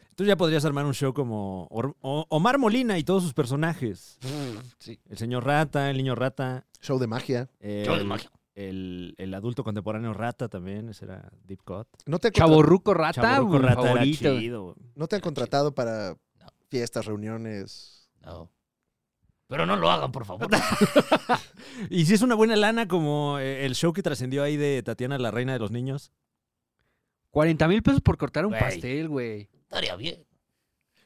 Entonces ya podrías armar un show como Or- O- Omar Molina y todos sus personajes. Sí. El señor rata, el niño rata. Show de magia. Eh, El, Show de magia. El, el adulto contemporáneo rata también, ese era Deep Cut. ¿No te, han contra- Chaborruco Rata, Chaburruco güey, rata favorito. era güey. chido. güey. ¿no te han contratado para fiestas, reuniones? No. Pero no lo hagan, por favor. Y si es una buena lana como eh, el show que trascendió ahí de Tatiana, la reina de los niños. 40 mil pesos por cortar un Güey. pastel, güey. Estaría bien.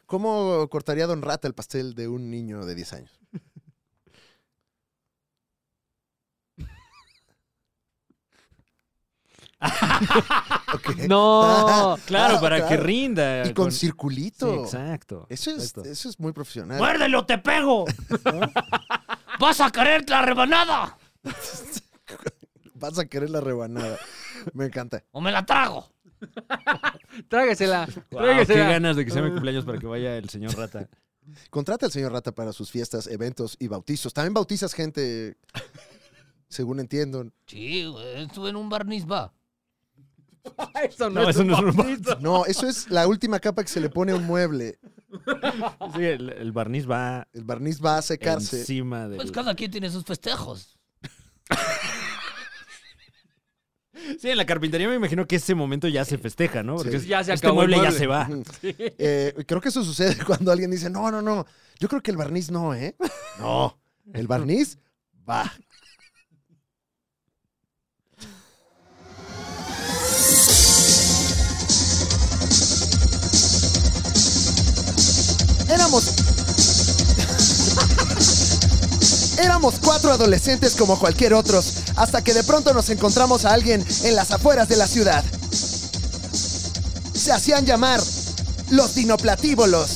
¿Cómo cortaría Don Rata el pastel de un niño de 10 años? Ok. No. Claro, Ah, para claro. que rinda. Y con, con- Sí, circulito. exacto. eso, es, exacto. eso es muy profesional. ¡Muérdelo, te pego! ¡Vas a querer la rebanada! Vas a querer la rebanada. Me encanta. ¡O me la trago! Trágasela. Guau, qué trágasela. ganas de que sea mi cumpleaños para que vaya el señor rata. Contrata al señor Rata para sus fiestas, eventos y bautizos. También bautizas gente, según entiendo. Sí, güey, estuve en un barniz va. Eso no, No, es eso un no es un bautizo. No, eso es la última capa que se le pone a un mueble. Sí, el, el barniz va El barniz va a secarse. encima del... Pues cada quien tiene sus festejos. Sí, en la carpintería me imagino que ese momento ya se festeja, ¿no? Porque Sí. es- Ya se este acabó el mueble, ya mueble. se va. Eh, creo que eso sucede cuando alguien dice, no, no, no, yo creo que el barniz no, ¿eh? No, el barniz va. Éramos... Éramos cuatro adolescentes como cualquier otros, hasta que de pronto nos encontramos a alguien en las afueras de la ciudad. Se hacían llamar los dinoplatíbolos.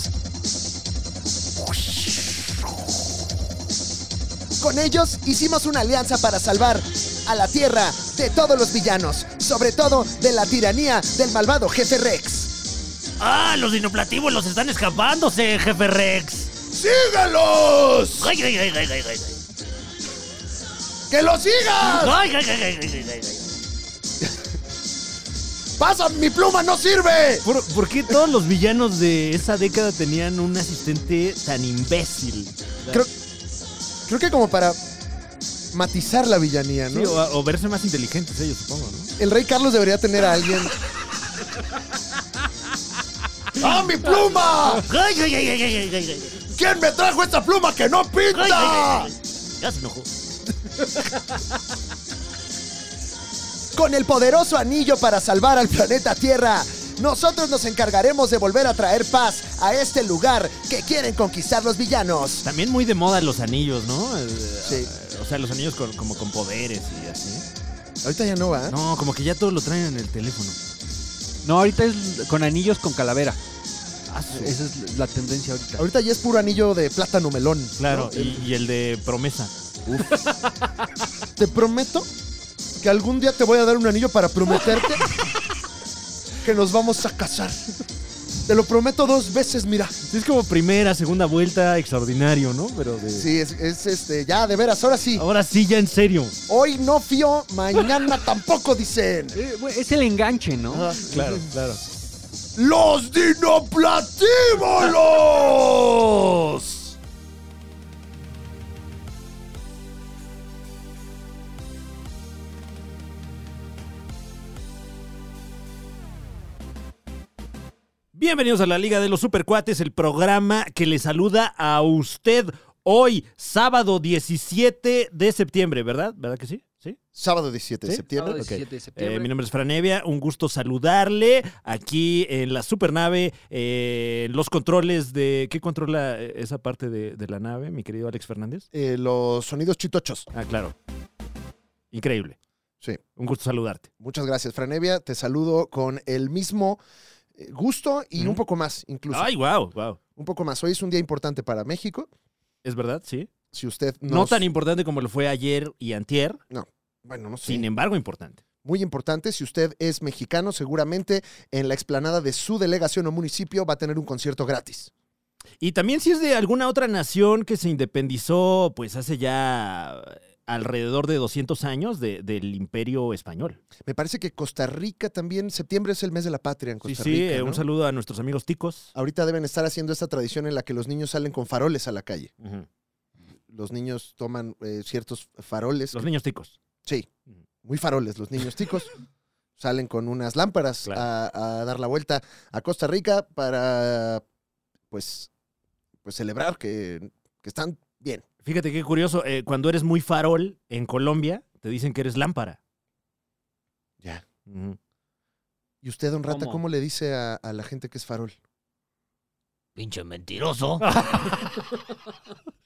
Con ellos hicimos una alianza para salvar a la Tierra de todos los villanos, sobre todo de la tiranía del malvado jefe Rex. ¡Ah, los dinoplativos los están escapándose, jefe Rex! ¡Sígalos! ¡Ay, ay, ay, ay, ay, ay! ¡Que los sigas! ¡Ay, ay, ay, ay, ay, ay, ay! ¡Pasa, mi pluma no sirve! ¿Por, por qué todos los villanos de esa década tenían un asistente tan imbécil? Creo, creo que como para matizar la villanía, Sí, ¿no? o, o verse más inteligentes ellos, supongo, ¿no? El rey Carlos debería tener a alguien... ¡Ah, mi pluma! ¡Ay, ay, ay, ay, ay, ay, ay! ¿Quién me trajo esta pluma que no ¡Ay, ay, ay, ay! Ya se enojó. Con el poderoso anillo para salvar al planeta Tierra, nosotros nos encargaremos de volver a traer paz a este lugar que quieren conquistar los villanos. También muy de moda los anillos, ¿no? Eh, Sí. O sea, los anillos con- como con poderes y así. Ahorita ya no va. ¿eh? No, como que ya todos lo traen en el teléfono. No, ahorita es con anillos con calavera. Ah, Esa es la tendencia ahorita. Ahorita ya es puro anillo de plátano melón. Claro, ¿no? y, y el de promesa. Te prometo que algún día te voy a dar un anillo para prometerte que nos vamos a casar. Te lo prometo dos veces, mira. Sí, es como primera, segunda vuelta, extraordinario, ¿no? Pero de... Sí, es, es, este, ya, de veras, ahora sí. Ahora sí, ya en serio. Hoy no fío, mañana tampoco dicen. Eh, güey, es el enganche, ¿no? Claro, claro. ¡Los dinoplatíbolos! Bienvenidos a la Liga de los Supercuates, el programa que le saluda a usted hoy, sábado 17 de septiembre, ¿verdad? ¿Verdad que sí? ¿Sí? Sábado 17 de ¿Sí? septiembre. Sábado Ok. 17 de Eh, mi septiembre. nombre es Fran Evia, un gusto saludarle aquí en la supernave, eh, los controles de... ¿Qué controla eh, esa parte de, de la nave, mi querido Alex Fernández? Eh, los sonidos chitochos. Ah, claro. Increíble. Sí. Un gusto saludarte. Muchas gracias, Franevia. Te saludo con el mismo eh, gusto y Ujú. un poco más, incluso. Ay, wow, wow. Un poco más. Hoy es un día importante para México. Es verdad, sí. Si usted No nos- tan importante como lo fue ayer y antier, Bueno, no sé. sin embargo importante. Muy importante, si usted es mexicano, seguramente en la explanada de su delegación o municipio va a tener un concierto gratis. Y también si es de alguna otra nación que se independizó, pues hace ya alrededor de 200 años de- del imperio español. Me parece que Costa Rica también, septiembre es el mes de la patria en Sí, Costa sí, Rica. eh, ¿no? un saludo a nuestros amigos ticos. Ahorita deben estar haciendo esta tradición en la que los niños salen con faroles a la calle. Ujú. Los niños toman eh, ciertos faroles. Los que- niños ticos. Sí, Ujú. muy faroles los niños ticos. Salen con unas lámparas Claro. a, a dar la vuelta a Costa Rica para, pues, pues celebrar que, que están bien. Fíjate qué curioso, eh, cuando eres muy farol en Colombia, te dicen que eres lámpara. Ya. Ujú. ¿Y usted, don Rata, ¿Cómo? cómo, le dice a, a la gente que es farol? Pinche mentiroso.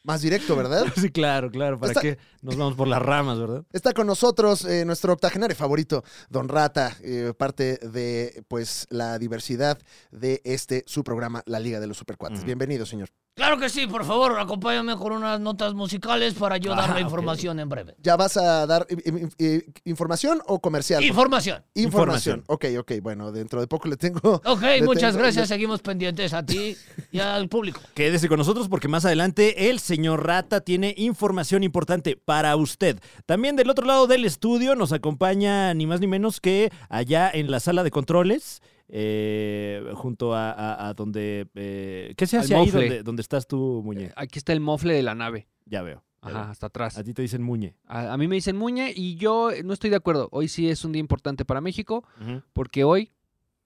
Más directo, ¿verdad? Sí, claro, claro. ¿Para Esta- qué nos vamos por las ramas, verdad? Está con nosotros eh, nuestro octogenario favorito, Don Rata, eh, parte de pues la diversidad de este su programa, La Liga de los Supercuates. Ujú. Bienvenido, señor. Claro que sí, por favor, acompáñame con unas notas musicales para yo dar Ah, ok. la información en breve. ¿Ya vas a dar eh, eh, eh, información o comercial? Información. información. Ok, ok, bueno, dentro de poco le tengo. Ok, Le muchas tengo- gracias. Seguimos pendientes a ti y al público. Quédese con nosotros porque más adelante el señor Rata tiene información importante para usted. También del otro lado del estudio nos acompaña ni más ni menos que allá en la sala de controles, eh, junto a, a- a donde... eh, ¿Qué se Al hace ahí mofle. donde, donde estás tú, Muñe? Aquí está el mofle de la nave. Ya veo. ya Ajá, veo. hasta atrás. A ti te dicen Muñe. A, a mí me dicen Muñe y yo no estoy de acuerdo. Hoy sí es un día importante para México porque hoy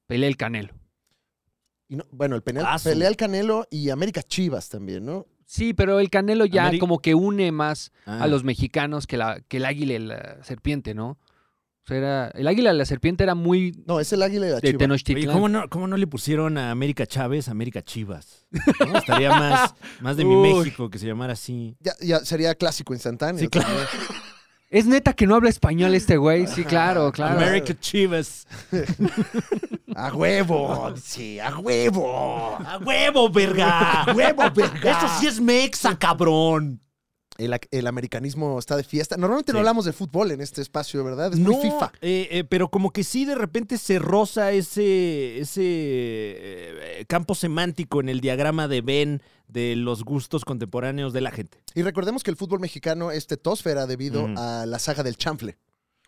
pelea el Canelo. y no- bueno, el penal, Ah, su- pelea el Canelo y América Chivas también, ¿no? Sí, pero el Canelo ya Ameri- como que une más Ah, a los mexicanos que, la, que el águila y la serpiente, ¿no? O sea, era, el águila y la serpiente era muy No, es el Águila y la de Chiva. Oye, Tenochtitlán. ¿cómo no, ¿cómo no le pusieron a América Chávez América Chivas? ¿No? Estaría más, más de mi Uy. México que se llamara así. Ya, ya sería clásico instantáneo. Sí, claro. también. Es neta que no habla español este güey. Sí, claro, claro. América Chivas. A huevo, sí, a huevo. ¡A huevo, verga! ¡A huevo, verga! Esto sí es mexa, cabrón. El, ac- el americanismo está de fiesta. Normalmente Sí. no hablamos de fútbol en este espacio, ¿verdad? Es muy FIFA. eh, eh, pero como que sí de repente se roza ese, ese eh, campo semántico en el diagrama de Ben de los gustos contemporáneos de la gente. Y recordemos que el fútbol mexicano es tetósfera debido Ujú. a la saga del chanfle.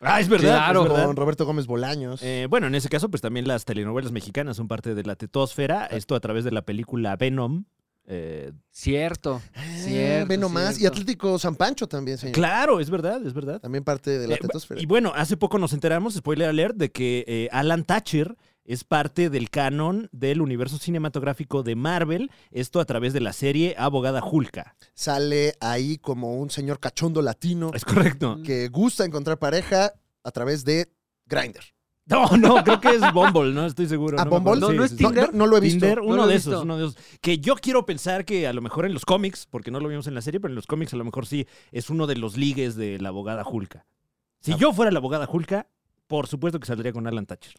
Ah, es verdad. Claro, es verdad. Con Roberto Gómez Bolaños. Eh, bueno, en ese caso, pues también las telenovelas mexicanas son parte de la tetósfera. Esto a través de la película Venom. Eh, Cierto, Ah, cierto. ve nomás. Y cierto. Atlético San Pancho también, señor. claro, es verdad, es verdad. También parte de la Eh, bu- tetósfera. Y bueno, hace poco nos enteramos, spoiler alert, de que eh, Alan Thatcher es parte del canon del universo cinematográfico de Marvel, esto a través de la serie Abogada Hulka. Sale ahí como un señor cachondo latino ¿Es correcto? que gusta encontrar pareja a través de Grindr. No, no, creo que es Bumble, no estoy seguro. ¿Ah, no me acuerdo. Bumble? No, no es No, Tinder. no- no lo he visto. Tinder, No uno lo he de visto. esos, uno de esos. Que yo quiero pensar que a lo mejor en los cómics, porque no lo vimos en la serie, pero en los cómics a lo mejor sí es uno de los ligues de la abogada Hulka. Ah. Si yo fuera la abogada Hulka, por supuesto que saldría con Alan Thatcher.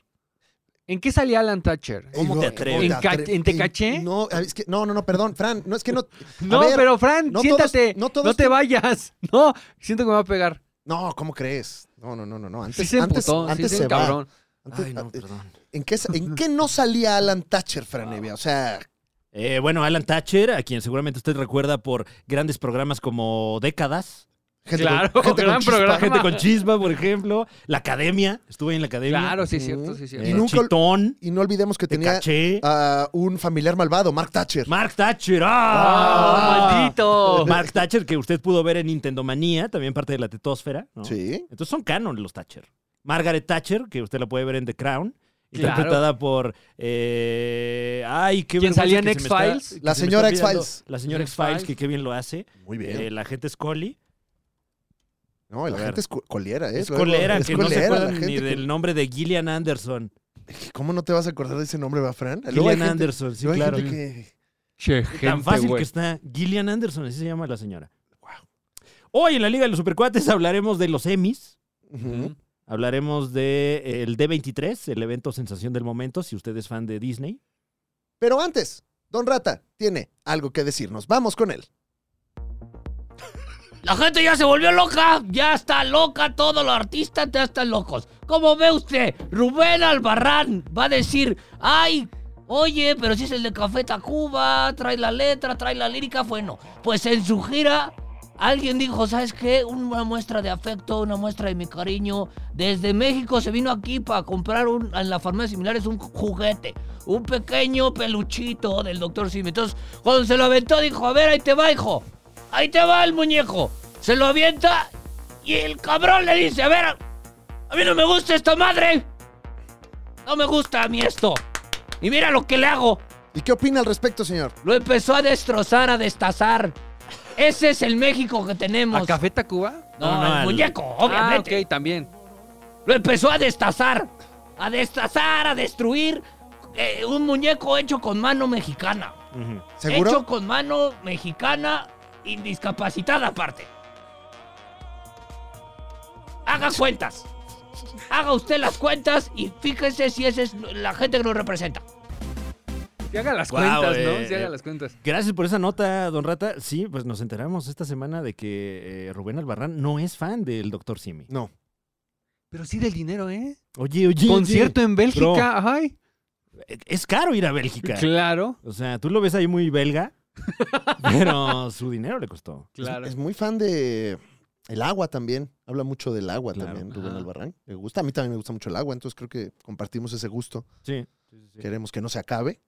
¿En qué salía Alan Thatcher? ¿Cómo te Digo, atreves? ¿En ¿cómo ca- en Tecaché? No, es que, no, no, no, perdón, Fran. No, es que no. a No, ver, pero Fran, no siéntate. todos- no no, todos te te- vayas. No, siento que me va a pegar. No, ¿cómo crees? No, no, no, no, no. Antes, Sí se antes, emputó, sí antes se- se va. cabrón. Antes- Ay, no, perdón. ¿En qué, ¿En qué no salía Alan Thatcher, Franevia? O sea, Eh, bueno, Alan Thatcher, a quien seguramente usted recuerda por grandes programas como Décadas, gente Claro, con, gente con gran chispa. programa. Gente con Chispa, por ejemplo, La Academia, estuve en La Academia. Claro, sí, es Mm. cierto, sí, Eh, es cierto. Y nunca- Chitón, Y no olvidemos que tenía Tecaché, a un familiar malvado, Mark Thatcher. Mark Thatcher. ¡Ah, ¡ah! maldito! Mark Thatcher, que usted pudo ver en Nintendo Manía, también parte de la tetósfera. ¿no? Sí. Entonces son canon los Thatcher. Margaret Thatcher, que usted la puede ver en The Crown, Claro. interpretada por. eh, ay, qué ¿Quién vergüenza salía en que se me está- X-Files? que La se me señora está olvidando. X-Files. La señora X-Files, que qué bien lo hace. Muy Eh, la gente Scully. No, y la A ver. gente es co- coliera, ¿eh? Es Luego, colera, es que no se colera, la acuerdan ni gente que- del nombre de Gillian Anderson. ¿Cómo no te vas a acordar de ese nombre, va, Fran? Luego hay Gillian gente- Anderson, sí, luego hay claro. gente que- Che, Tan fácil güey. que está. Gillian Anderson, así se llama la señora. Hoy en la Liga de los Supercuates hablaremos de los Emmys. Ujú. Hablaremos de eh, el D23, el evento sensación del momento, si usted es fan de Disney. Pero antes, Don Rata tiene algo que decirnos. Vamos con él. La gente ya se volvió loca, ya está loca, todos los artistas ya están locos. Como ve usted, Rubén Albarrán va a decir, ay, oye, pero si es el de Café Tacuba, trae la letra, trae la lírica, bueno, pues en su gira Alguien dijo, ¿sabes qué? Una muestra de afecto, una muestra de mi cariño. Desde México se vino aquí para comprar un- en la farmacia similar es un juguete. Un pequeño peluchito del doctor Simi. Entonces, cuando se lo aventó, dijo, a ver, ahí te va, hijo. Ahí te va el muñeco. Se lo avienta y el cabrón le dice, a ver, a mí no me gusta esta madre. No me gusta a mí esto. Y mira lo que le hago. ¿Y qué opina al respecto, señor? Lo empezó a destrozar, a destazar. Ese es el México que tenemos. ¿A Café Tacuba? No, No, no, el al- muñeco, Ah, obviamente. ok, también. Lo empezó a destazar. A destazar, a destruir. eh, un muñeco hecho con mano mexicana. Ujú. ¿Seguro? Hecho con mano mexicana y discapacitada aparte. Haga cuentas. Haga usted las cuentas y fíjese si esa es la gente que nos representa. Se hagan las Guau, cuentas, eh, ¿no? Se eh. hagan las cuentas. Gracias por esa nota, don Rata. Sí, pues nos enteramos esta semana de que eh, Rubén Albarrán no es fan del Dr. Simi. No. Pero sí del dinero, ¿eh? Oye, oye. Concierto en Bro. Bélgica, ay. oye, Es caro ir a Bélgica. Claro, O sea, tú lo ves ahí muy belga, pero su dinero le costó. claro. Es muy fan de el agua también. Habla mucho del agua Claro. también, Rubén Ajá. Albarrán. Me gusta, a mí también me gusta mucho el agua, entonces creo que compartimos ese gusto. Sí. sí, sí, sí. Queremos que no se acabe.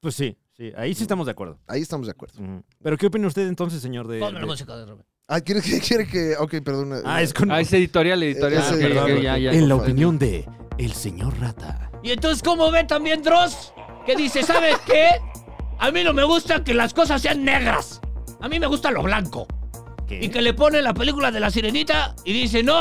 Pues sí, sí, ahí Mm. sí estamos de acuerdo. Ahí estamos de acuerdo. Ujú. Pero ¿qué opina usted entonces, señor? De, Ponme la de- música de Rubén. Ah, ¿quiere que, quiere que... Ok, perdón. Ah, es con... Ah, es editorial, editorial. Eh, ok, ese- ok, perdón, ya, ya. en la por favor. opinión de el señor Rata. Y entonces, ¿cómo ve también Dross? Que dice, ¿sabes qué? A mí no me gusta que las cosas sean negras. A mí me gusta lo blanco. Y que le pone la película de la sirenita y dice, no,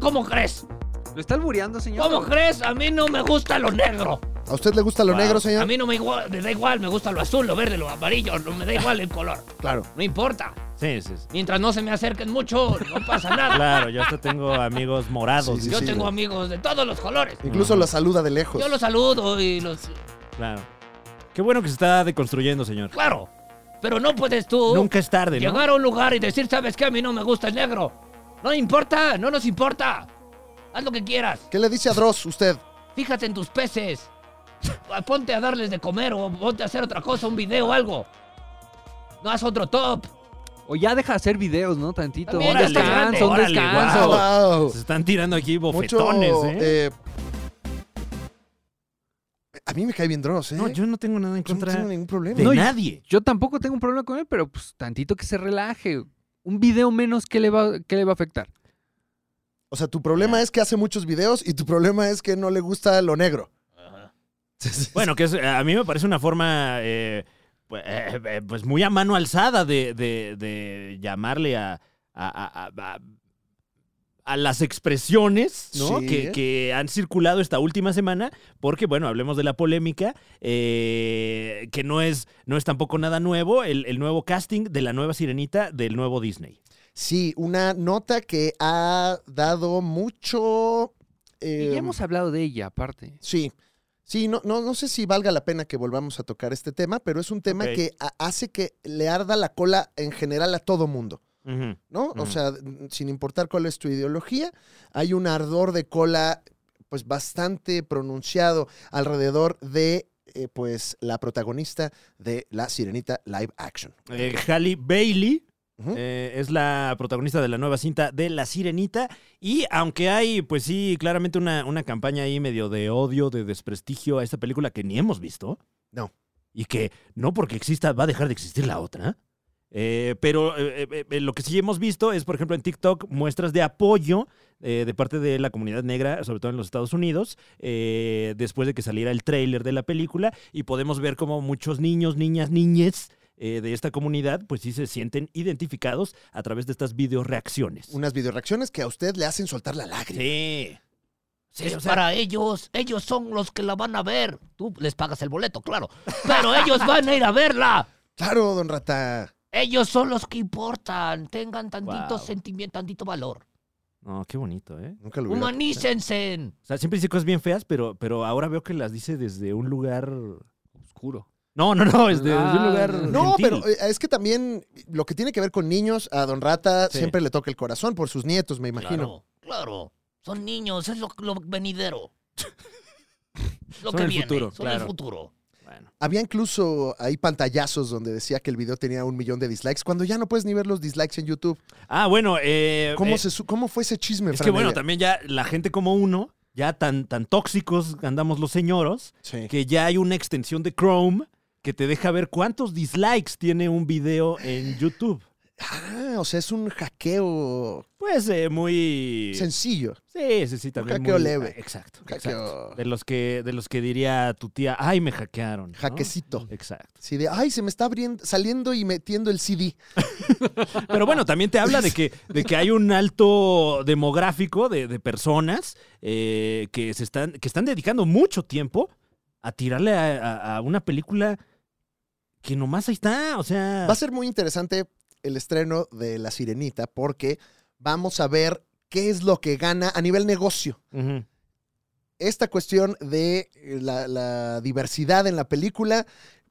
¿cómo crees? ¿Lo está albureando, señor? ¿Cómo crees? A mí no me gusta lo negro. ¿A usted le gusta lo Wow. negro, A señor? mí no me, igual- me da igual, me gusta lo azul, lo verde, lo amarillo, no me da igual el color. Claro. No importa. Sí, sí, sí. Mientras no se me acerquen mucho, no pasa nada. Claro, yo hasta tengo amigos morados. Yo Sí, sí, pues. tengo güey. amigos de todos los colores. Incluso la saluda de lejos. Yo los saludo y los... Claro. Qué bueno que se está deconstruyendo, señor. Claro. Pero no puedes Oh, tú... Nunca es tarde, ¿no? Llegar a un lugar y decir, ¿sabes qué? A mí no me gusta el negro. No importa, no nos importa. Haz lo que quieras. ¿Qué le dice a Dross usted? Fíjate en tus peces. Ponte a darles de comer o ponte a hacer otra cosa, un video o algo. No haz otro top. O ya deja de hacer videos, ¿no? Tantito. También Un ya está grande. descanso, un Órale, descanso. guau. Wow. Se están tirando aquí Mucho... bofetones, ¿eh? eh, A mí me cae bien Dross, ¿eh? No, yo no tengo nada en Yo no contra tengo ningún problema. de No, y- nadie. Yo tampoco tengo un problema con él, pero pues tantito que se relaje. Un video menos, ¿qué le va, qué le va a afectar? O sea, tu problema es que hace muchos videos y tu problema es que no le gusta lo negro. Bueno, que es- eh, a mí me parece una forma, eh, pues, eh, eh, pues, muy a mano alzada de, de- de llamarle a, a- a- a- a- a las expresiones ¿no? Sí. que, que han circulado esta última semana, porque, bueno, hablemos de la polémica, eh, que no es, no es tampoco nada nuevo, el, el nuevo casting de la nueva sirenita del nuevo Disney. Sí, una nota que ha dado mucho. eh, Y ya hemos hablado de ella, aparte. Sí. Sí, no, no, no sé si valga la pena que volvamos a tocar este tema, pero es un tema Ok. que ha- hace que le arda la cola en general a todo mundo, ¿no? O Ujú. sea, n- sin importar cuál es tu ideología, hay un ardor de cola, pues bastante pronunciado alrededor de, eh, pues, la protagonista de La Sirenita Live Action. Eh, Halle Bailey, Ujú. Eh, es la protagonista de la nueva cinta de La Sirenita. Y aunque hay, pues sí, claramente una, una campaña ahí medio de odio, de desprestigio a esta película que ni hemos visto. No. Y que no porque exista va a dejar de existir la otra. Eh, pero eh, eh, eh, lo que sí hemos visto es, por ejemplo, en TikTok muestras de apoyo eh, de parte de la comunidad negra, sobre todo en los Estados Unidos, eh, después de que saliera el tráiler de la película y podemos ver como muchos niños, niñas, niñes eh, de esta comunidad, pues sí se sienten identificados a través de estas videoreacciones. Unas videoreacciones que a usted le hacen soltar la lágrima. Sí. Sí, es o sea, para ellos. Ellos son los que la van a ver. Tú les pagas el boleto, claro. Pero ellos van a ir a verla. Claro, don Rata. Ellos son los que importan. Tengan tantito Guau. sentimiento, tantito valor. No, qué bonito, ¿eh? Nunca lo hubiera. Humanícense. O sea, siempre dice cosas bien feas, pero, pero ahora veo que las dice desde un lugar... Oscuro. No, no, no, es de- desde un Ah, lugar... No, gentil. pero eh, es que también lo que tiene que ver con niños, a don Rata Sí. siempre le toca el corazón por sus nietos, me imagino. Claro, claro. Son niños, es lo, lo venidero. lo Son que el viene, futuro, son el claro. futuro. Bueno. Había incluso ahí pantallazos donde decía que el video tenía un millón de dislikes, cuando ya no puedes ni ver los dislikes en YouTube. Ah, bueno, eh, ¿Cómo, eh, se su- cómo fue ese chisme, es que Fran bueno, Evia? también ya la gente como uno, ya tan, tan tóxicos andamos los señoros, Sí. que ya hay una extensión de Chrome que te deja ver cuántos dislikes tiene un video en YouTube. Ah, o sea, es un hackeo Pues eh, muy... sencillo. Sí, sí, sí, también. hackeo muy- leve. ah, Exacto. exacto. Hackeo. De los que, de los que diría tu tía, ay, me hackearon. ¿no? Jaquecito. Exacto. Sí, de, ay, se me está abriendo, saliendo y metiendo el CD. Pero bueno, también te habla de que, de que hay un alto demográfico de, de personas eh, que se están, que están dedicando mucho tiempo a tirarle a, a- a una película que nomás ahí está. O sea. Va a ser muy interesante el estreno de La Sirenita porque vamos a ver qué es lo que gana a nivel negocio. Ujú. Esta cuestión de eh, la, la diversidad en la película,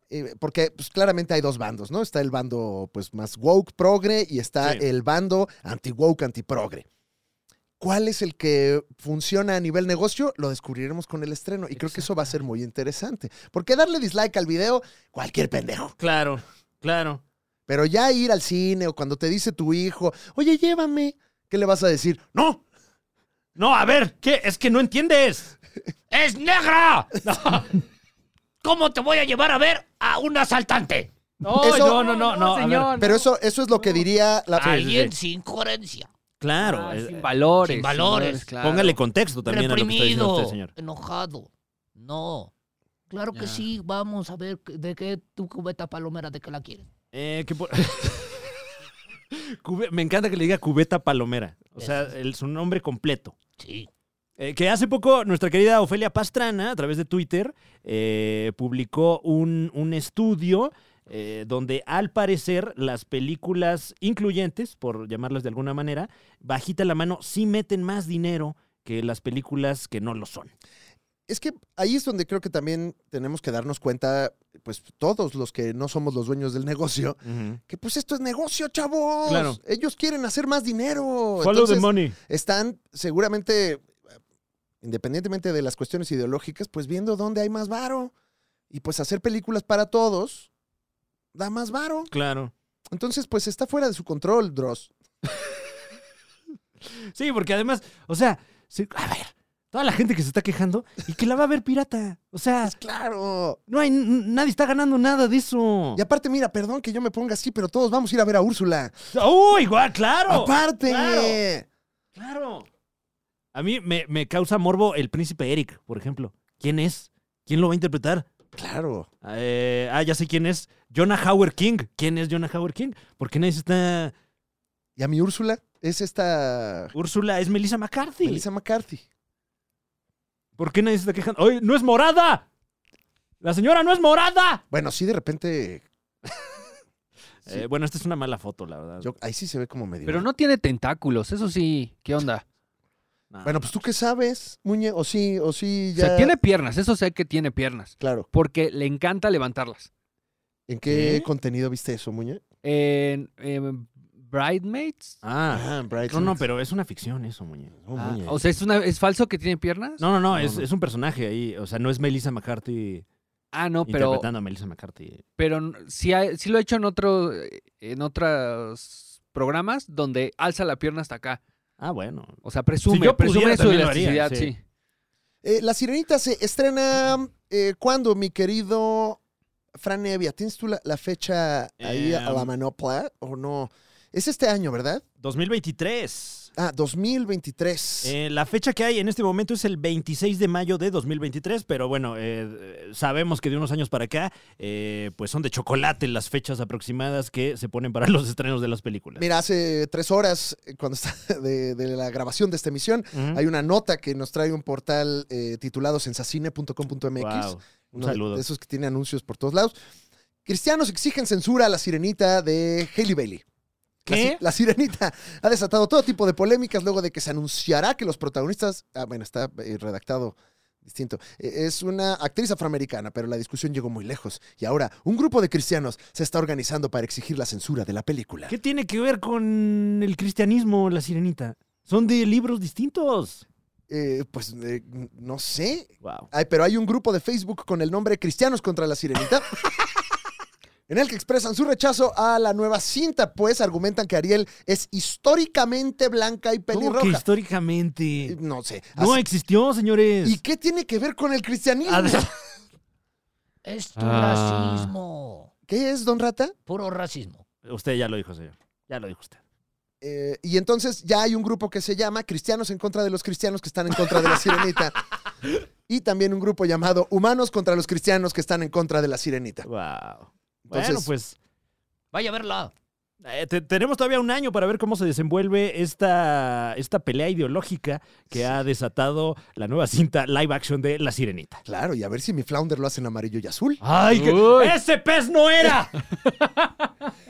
eh, porque pues, claramente hay dos bandos, ¿no? Está el bando pues, más woke, progre, y está Sí. el bando anti-woke, anti-progre. ¿Cuál es el que funciona a nivel negocio? Lo descubriremos con el estreno. Y creo que eso va a ser muy interesante. Porque darle dislike al video, cualquier pendejo. Claro, claro. Pero ya ir al cine o cuando te dice tu hijo, oye, llévame, ¿qué le vas a decir? ¡No! No, a ver, ¿qué? Es que no entiendes. ¡Es negra! ¿Cómo te voy a llevar a ver a un asaltante? No, Eso- no, no, no, no, a ver. señor, Pero eso, eso es lo que diría la. Alguien sin coherencia. Claro. Ah, eh, sin valores. sin valores, claro. Póngale contexto también a lo que está diciendo reprimido, usted, señor. enojado. No. Claro que Ya. sí, vamos a ver que- de qué tu cubeta palomera, de qué la quieres. Eh, que por- Cube- Me encanta que le diga cubeta palomera. O sea, el- su nombre completo. Sí. Eh, que hace poco nuestra querida Ofelia Pastrana, a través de Twitter, eh, publicó un, un estudio eh, donde al parecer las películas incluyentes, por llamarlas de alguna manera, bajita la mano, sí meten más dinero que las películas que no lo son. Es que ahí es donde creo que también tenemos que darnos cuenta, pues todos los que no somos los dueños del negocio, que pues esto es negocio, chavos. Claro. Ellos quieren hacer más dinero. Follow the Oh, Entonces, money. Están seguramente, independientemente de las cuestiones ideológicas, pues viendo dónde hay más varo. Y pues hacer películas para todos da más varo. Claro. Entonces, pues está fuera de su control, Dross. Sí, porque además, o sea, sí, a ver, toda la gente que se está quejando y que la va a ver pirata. O sea, Claro. no hay, n- nadie está ganando nada de eso. Y aparte, mira, perdón que yo me ponga así, pero todos vamos a ir a ver a Úrsula. ¡Uy, guau, Oh, claro! aparte. claro. ¡Claro! A mí me, me causa morbo el príncipe Eric, por ejemplo. ¿Quién es? ¿Quién lo va a interpretar? Claro. Eh, ah, ya sé quién es. Jonah Howard King. ¿Quién es Jonah Howard King? ¿Por qué nadie se está...? Y a mi Úrsula es esta Úrsula es Melissa McCarthy. Melissa McCarthy. ¿Por qué nadie se está quejando? ¡Ay, no es morada! ¡La señora no es morada! Bueno, sí, de repente, Sí. Eh, bueno, esta es una mala foto, la verdad. yo, ahí sí se ve como medio. Pero no tiene tentáculos, eso sí. ¿Qué onda? No, Bueno, no. pues tú qué sabes, Muñe, o sí, o sí, ya. O sea, tiene piernas, eso sé que tiene piernas. Claro. Porque le encanta levantarlas. ¿En qué ¿Eh? contenido viste eso, Muñe? En, em, Bridemates. Ah, Bright no, no, Lights. pero es una ficción eso, Muñe. No, Ah, Muñe. o sea, ¿es, una, ¿es falso que tiene piernas? No, no, no, es, no. es un personaje ahí. O sea, no es Melissa McCarthy Ah, no, pero, interpretando a Melissa McCarthy. pero n- sí, ha- sí lo he hecho en, otro, en otros programas donde alza la pierna hasta acá. Ah, bueno. O sea, presume, yo pudiera, presume su también lo haría, elasticidad, sí. sí. Eh, la Sirenita se estrena eh, ¿cuándo, mi querido Fran Evia? ¿Tienes tú la, la fecha ahí a la Em. manopla o no? Es este año, ¿verdad? 2023. Ah, 2023. Eh, la fecha que hay en este momento es el 26 de mayo de 2023, pero bueno, eh, sabemos que de unos años para acá, eh, pues son de chocolate las fechas aproximadas que se ponen para los estrenos de las películas. Mira, hace tres horas, eh, cuando está de, de la grabación de esta emisión, Ujú. hay una nota que nos trae un portal eh, titulado sensacine.com.mx. Guau. Un uno de- saludo. De esos que tiene anuncios por todos lados. Cristianos exigen censura a la sirenita de Haley Bailey. La ¿Qué? si- La, sirenita ha desatado todo tipo de polémicas luego de que se anunciará que los protagonistas. Ah, bueno, está eh, redactado distinto. Eh, Es una actriz afroamericana, pero la discusión llegó muy lejos. Y ahora, un grupo de cristianos se está organizando para exigir la censura de la película. ¿Qué tiene que ver con el cristianismo, la sirenita? Son de libros distintos. eh, pues eh, no sé. Wow. Ay, pero hay un grupo de Facebook con el nombre Cristianos contra la Sirenita. En el que expresan su rechazo a la nueva cinta, pues argumentan que Ariel es históricamente blanca y ¿Cómo que pelirroja. históricamente? No sé. No Así- existió, señores. Ah, ¿Y qué tiene que ver con el cristianismo? A ver. Es tu Ah. racismo. ¿Qué es, don Rata? Puro racismo. Usted ya lo dijo, señor. Ya lo dijo usted. Eh, y entonces ya hay un grupo que se llama Cristianos en contra de los cristianos que están en contra de la sirenita. y también un grupo llamado Humanos contra los cristianos que están en contra de la sirenita. Wow. bueno, Entonces- pues Vaya a verla. eh, te- tenemos todavía un año para ver cómo se desenvuelve esta, esta pelea ideológica que ha desatado la nueva cinta live action de La Sirenita. Claro, y a ver si mi flounder lo hacen amarillo y azul. ¡Ay! que- ¡Ese pez no era!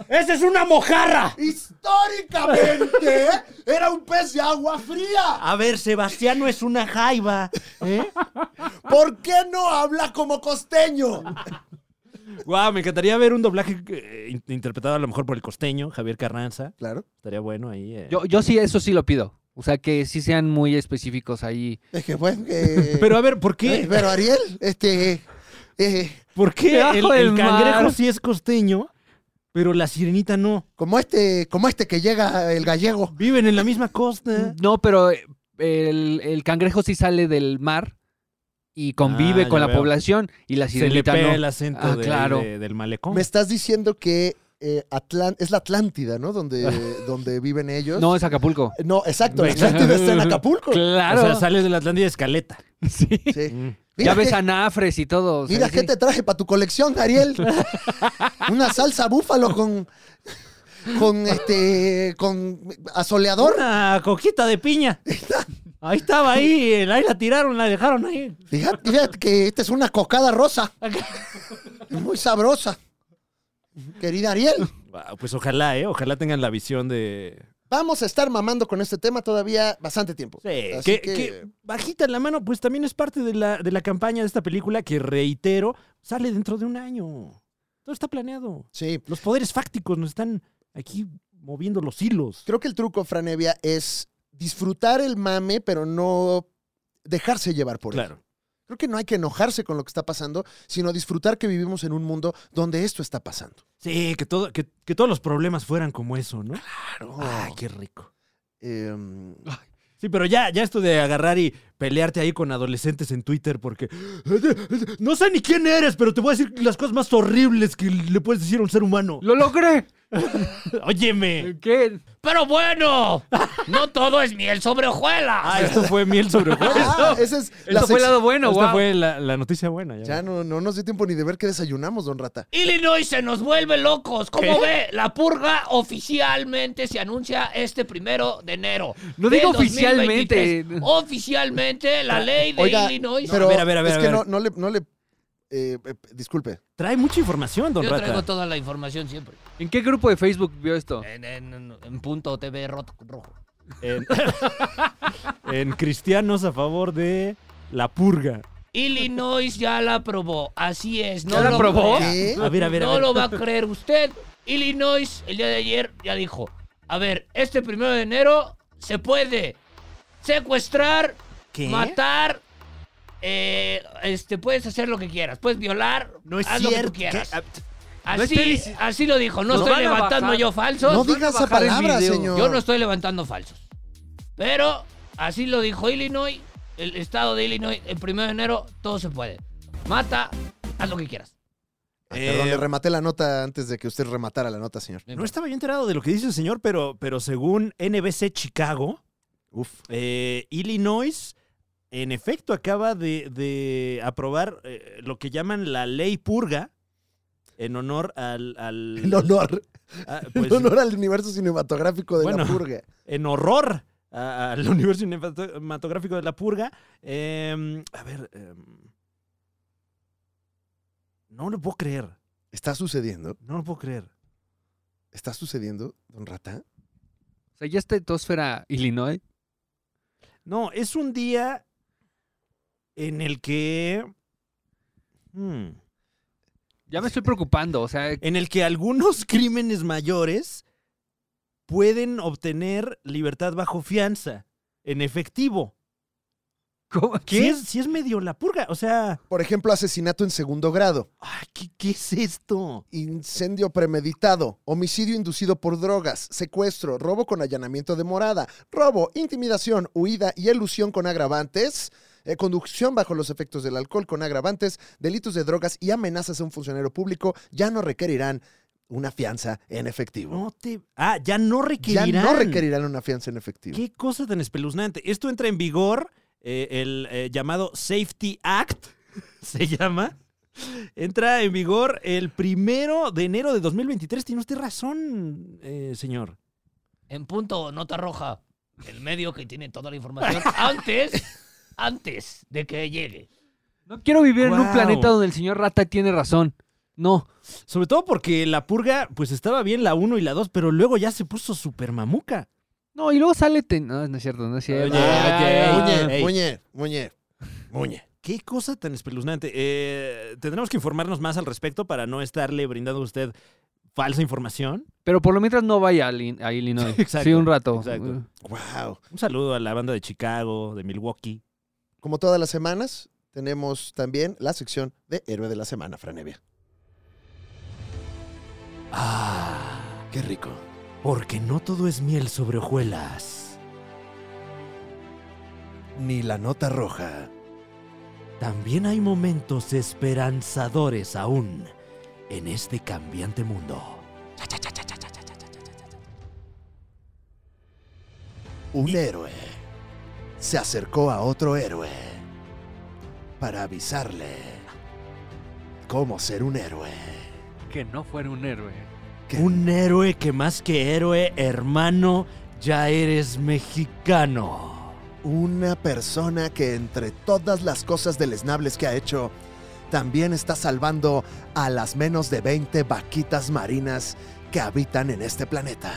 ¡Esa es una mojarra! Históricamente era un pez de agua fría. A ver, Sebastián no es una jaiba. ¿Por qué no habla como costeño? Guau, me encantaría ver un doblaje eh, in- interpretado a lo mejor por el costeño, Javier Carranza. Claro. Estaría bueno ahí. eh. Yo, yo sí, eso sí lo pido. O sea, que sí sean muy específicos ahí. Es que bueno, eh, Pero a ver, ¿por eh, qué? pero Ariel, este, eh, ¿Por qué Debajo el, del el cangrejo mar. sí es costeño, pero la sirenita no? como este, como este que llega el gallego. Viven en la misma costa. No, pero eh, el, el cangrejo sí sale del mar y convive Ah, con ya la veo. población y la Se le sirenita pega no. el acento Ah, de- claro. de- del malecón. Me estás diciendo que eh, Atlán- es la Atlántida, ¿no? Donde, donde viven ellos. No, es Acapulco. No, exacto. La Atlántida está en Acapulco. O Claro. sea, sales del Atlántida de escaleta. Sí. Sí. Mm. Ya Mira, ves qué, anafres y todo. Pues o sea, mira sí. qué te traje para tu colección, Ariel. Una salsa búfalo con. Con este. Con asoleador. Una coquita de piña. Ahí estaba ahí, eh, ahí la tiraron, la dejaron ahí. Fíjate, fíjate que esta es una cocada rosa. Muy sabrosa. Querida Ariel. Guau, pues ojalá, ¿eh? Ojalá tengan la visión de... Vamos a estar mamando con este tema todavía bastante tiempo. Sí, Así que, que bajita la mano, pues también es parte de la, de la campaña de esta película que, reitero, sale dentro de un año. Todo está planeado. Sí, Los poderes fácticos nos están aquí moviendo los hilos. Creo que el truco, Franevia, es disfrutar el mame, pero no dejarse llevar por él. Claro. Creo que no hay que enojarse con lo que está pasando, sino disfrutar que vivimos en un mundo donde esto está pasando. Sí, que, todo, que, que todos los problemas fueran como eso, ¿no? Claro. Ay, qué rico. Em, Sí, pero ya, ya esto de agarrar y pelearte ahí con adolescentes en Twitter porque no sé ni quién eres, pero te voy a decir las cosas más horribles que le puedes decir a un ser humano. ¡Lo logré! Óyeme. ¿Qué? Pero bueno, no todo es miel sobre hojuelas. Ah, esto fue miel sobre hojuelas. ah, esa es la Esto fue el sección- lado bueno, Esta guau. fue la, la noticia buena. Ya. Ya no, no nos dio tiempo ni de ver qué desayunamos, don Rata. Illinois se nos vuelve locos. ¿Cómo ve? La purga oficialmente se anuncia este primero de enero. No del digo 2023. oficialmente. Oficialmente Ah, la ley de Oiga, Illinois. Pero a ver, a ver, a es ver, que a ver. no, no le... no le- eh, eh, disculpe. Trae mucha información, don Yo Rata. traigo toda la información siempre. ¿En qué grupo de Facebook vio esto? En, en- en punto TV rot- rojo. En, en cristianos a favor de la purga. Illinois ya la aprobó. Así es. No ¿Ya la lo aprobó? crea. ¿Qué? A ver, a ver, a no ver. lo va a creer usted. Illinois el día de ayer ya dijo, a ver, este primero de enero se puede secuestrar, ¿Qué? matar, eh, este, puedes hacer lo que quieras, puedes violar, haz lo que tú quieras. Ah, No esté Así, dici- así lo dijo, no Nos estoy van a levantando bajar. yo falsos, No van a diga esa bajar el palabra, video. señor. yo no estoy levantando falsos. Pero así lo dijo Illinois, el estado de Illinois, el primero de enero todo se puede. Mata, haz lo que quieras. Ah, perdón, Eh, le rematé la nota antes de que usted rematara la nota, señor. Eh, No estaba yo enterado de lo que dice el señor, pero, pero según NBC Chicago, Uf. Eh, Illinois, en efecto, acaba de, de aprobar eh, lo que llaman la ley purga en honor al... al- El olor. a- pues, En honor al universo cinematográfico de la Bueno. purga. en horror a- al universo cinematográfico de la purga. Em, a ver... em, no lo puedo creer, ¿Está sucediendo? no lo puedo creer. ¿Está sucediendo, don Rata? O sea, ya está Etosfera, Illinois. No, es un día en el que... hmm, Ya me estoy preocupando. O sea, en el que algunos crímenes mayores pueden obtener libertad bajo fianza, en efectivo. ¿Cómo? Sí es, sí es medio la purga. O sea, Por ejemplo, asesinato en segundo grado, ay, ¿qué, qué es esto? incendio premeditado, homicidio inducido por drogas, secuestro, robo con allanamiento de morada, robo, intimidación, huida y elusión con agravantes. eh, conducción bajo los efectos del alcohol con agravantes, delitos de drogas y amenazas a un funcionario público ya no requerirán una fianza en efectivo. No te. Ah, ya no ya requerirán. no requerirán una fianza en efectivo. Qué cosa tan espeluznante. Esto entra en vigor, eh, el eh, llamado Safety Act, se llama. Entra en vigor el primero de enero de 2023. Tiene usted razón, eh, señor. En punto, nota roja. El medio que tiene toda la información antes, antes de que llegue. No quiero vivir en un Guau. planeta donde el señor Rata tiene razón. No. Sobre todo porque la purga, pues estaba bien la 1 y la 2, pero luego ya se puso super mamuca. No, y luego sale. te- No, no es cierto, no es cierto. Oye, Ay, oye, ay, ey. Muñe, Muñe, Muñe. Qué cosa tan espeluznante. Eh, Tendremos que informarnos más al respecto para no estarle brindando a usted falsa información. Pero por lo mientras no vaya a, Lin- a Illinois. Sí, exacto, sí, un rato. exacto. Wow. Un saludo a la banda de Chicago, de Milwaukee. Como todas las semanas, tenemos también la sección de Héroe de la Semana, Franevia. Ah, Qué rico. porque no todo es miel sobre hojuelas. Ni la nota roja. También hay momentos esperanzadores aún en este cambiante mundo. Un héroe se acercó a otro héroe para avisarle cómo ser un héroe. Que no fuera un héroe. ¿Qué? Un héroe que más que héroe, hermano, ya eres mexicano. Una persona que entre todas las cosas deleznables que ha hecho, también está salvando a las menos de 20 vaquitas marinas que habitan en este planeta.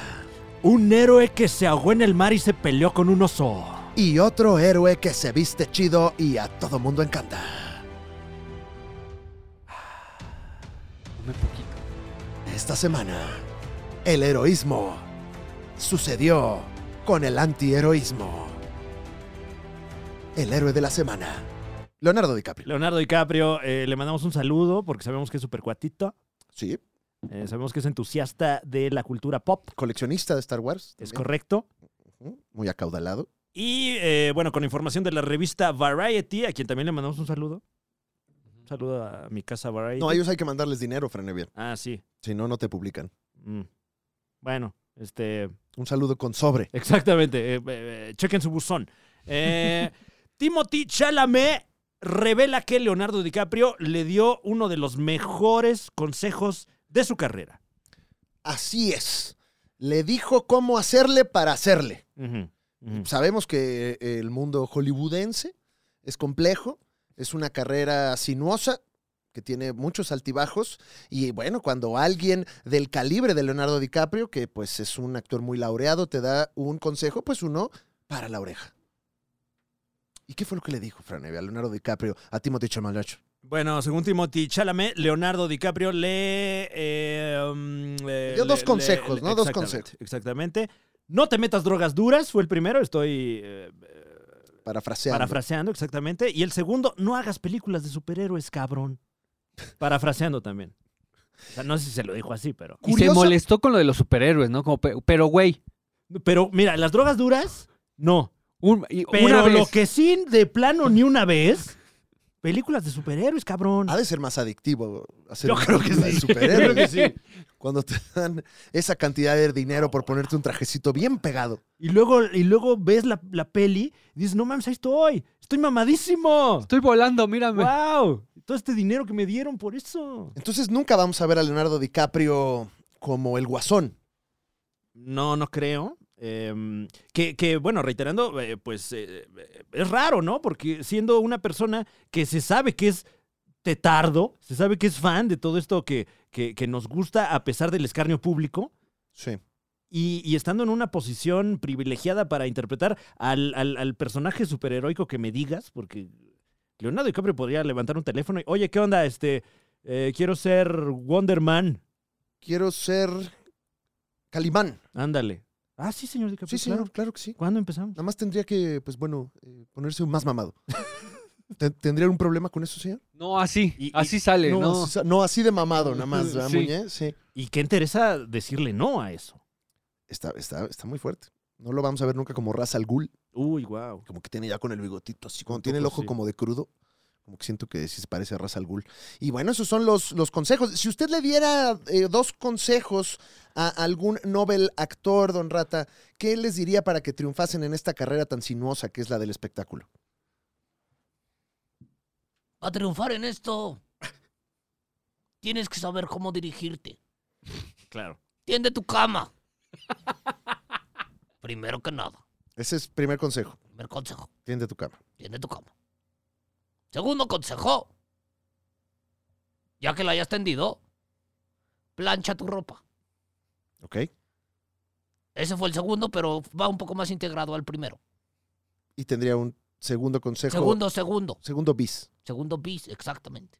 Un héroe que se ahogó en el mar y se peleó con un oso. Y otro héroe que se viste chido y a todo mundo encanta. Come poquito. Esta semana, el heroísmo sucedió con el antiheroísmo. El héroe de la semana, Leonardo DiCaprio. Leonardo DiCaprio, eh, le mandamos un saludo porque sabemos que es súper cuatito. Sí, eh, sabemos que es entusiasta de la cultura pop. coleccionista de Star Wars. Es también. correcto. Ujú, Muy acaudalado. Y eh, bueno, con información de la revista Variety, a quien también le mandamos un saludo. Un saludo a mi casa Variety. No, a ellos hay que mandarles dinero, Franevia. Ah, sí. Si no, no te publican. Mm. Bueno, este. Un saludo con sobre. Exactamente. eh, eh, eh, chequen su buzón. Eh, Timothy Chalamet revela que Leonardo DiCaprio le dio uno de los mejores consejos de su carrera. Así es. Le dijo cómo hacerle para hacerle. Ujú, ujú. Sabemos que eh, el mundo hollywoodense es complejo, es una carrera sinuosa que tiene muchos altibajos y bueno, cuando alguien del calibre de Leonardo DiCaprio, que pues es un actor muy laureado, te da un consejo, pues uno para la oreja. ¿Y qué fue lo que le dijo Franevia a Leonardo DiCaprio a Timothy Chamalacho? Bueno, según Timothy Chalamet, Leonardo DiCaprio le... eh, um, eh, Dio dos consejos, ¿no? Dos exactamente, consejos. Exactamente. No te metas drogas duras, fue el primero, estoy eh, Parafraseando. parafraseando exactamente. Y el segundo, no hagas películas de superhéroes, cabrón. Parafraseando también. O sea, no sé si se lo dijo así, pero... Y se Curioso- molestó con lo de los superhéroes, ¿no? Como, pe- pero, güey, Pero mira, las drogas duras, no. un- y una Pero vez. lo que sí, de plano, ni una vez, películas de superhéroes, cabrón. Ha de ser más adictivo hacer Yo una creo que película de sí. superhéroes. Creo que sí. Cuando te dan esa cantidad de dinero por ponerte un trajecito bien pegado. Y luego, y luego ves la, la peli y dices, no mames, ahí estoy. Estoy mamadísimo. Estoy volando, mírame. ¡Wow! Todo este dinero que me dieron por eso. Entonces nunca vamos a ver a Leonardo DiCaprio como el guasón. No, no creo. Eh, que, que, bueno, reiterando, eh, pues eh, eh, es raro, ¿no? Porque siendo una persona que se sabe que es tetardo, se sabe que es fan de todo esto que, que, que nos gusta a pesar del escarnio público, Sí. y, y estando en una posición privilegiada para interpretar al, al- al personaje superheroico que me digas, porque Leonardo DiCaprio podría levantar un teléfono y, oye, ¿qué onda? Este, eh, quiero ser Wonder Man. Quiero ser Calimán. Ándale. Ah, sí, señor DiCaprio. Sí, señor, pues, claro. claro. que sí. ¿Cuándo empezamos? Nada más tendría que, pues bueno, eh, ponerse más mamado. ¿Te- ¿Tendría un problema con eso, señor? No, así, Y- y- así sale, Eh, ¿no? así sa- no, así de mamado, nada más, ¿verdad, Sí. Muñe? Sí. ¿Y qué interesa decirle no a eso? Está, está, está muy fuerte. No lo vamos a ver nunca como raza al ghoul, Uy, wow. como que tiene ya con el bigotito así, cuando Un tiene el poco, ojo sí. como de crudo. Como que siento que sí se parece a Ra's al Ghul. Y bueno, esos son los, los consejos. Si usted le diera eh, dos consejos a algún Nobel actor, don Rata, ¿qué les diría para que triunfasen en esta carrera tan sinuosa que es la del espectáculo? A triunfar en esto, tienes que saber cómo dirigirte. Claro. Tiende tu cama. Primero que nada, Ese es primer consejo. primer consejo, Tiende tu cama. tiende tu cama. Segundo consejo, ya que la hayas tendido, plancha tu ropa. ¿Ok? Ese fue el segundo, pero va un poco más integrado al primero. Y tendría un segundo consejo. Segundo, segundo. Segundo bis. Segundo bis, exactamente.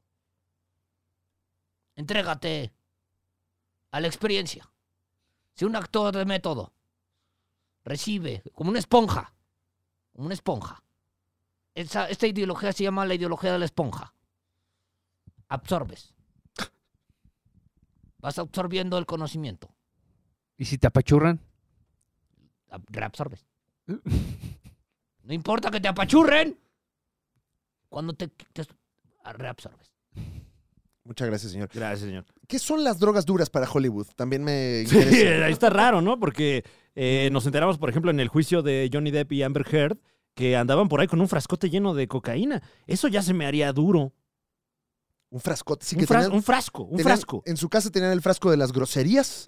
Entrégate a la experiencia. Si un actor de método recibe como una esponja, como una esponja. Esa- esta ideología se llama la ideología de la esponja. Absorbes. Vas absorbiendo el conocimiento. ¿Y si te apachurran? ab- Reabsorbes. No importa que te apachurren. Cuando te, te reabsorbes. Muchas gracias, señor. Gracias, señor. ¿Qué son las drogas duras para Hollywood? También me Sí, interesa. ahí está raro, ¿no? Porque eh, nos enteramos, por ejemplo, en el juicio de Johnny Depp y Amber Heard, que andaban por ahí con un frascote lleno de cocaína. Eso ya se me haría duro. Un frascote. Sí, un, que fras- tenían- un frasco, un tenían- frasco. En su casa tenían el frasco de las groserías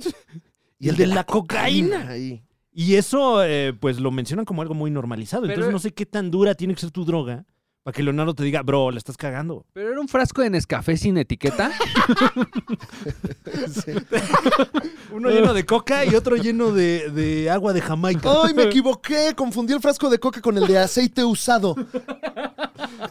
Y el de la cocaína. ahí. Y eso, eh, pues lo mencionan como algo muy normalizado. Pero- Entonces no sé qué tan dura tiene que ser tu droga para que Leonardo te diga, bro, la estás cagando. ¿Pero era un frasco de Nescafé sin etiqueta? Sí. Uno lleno de coca y otro lleno de, de agua de Jamaica. ¡Ay, me equivoqué! Confundí el frasco de coca con el de aceite usado.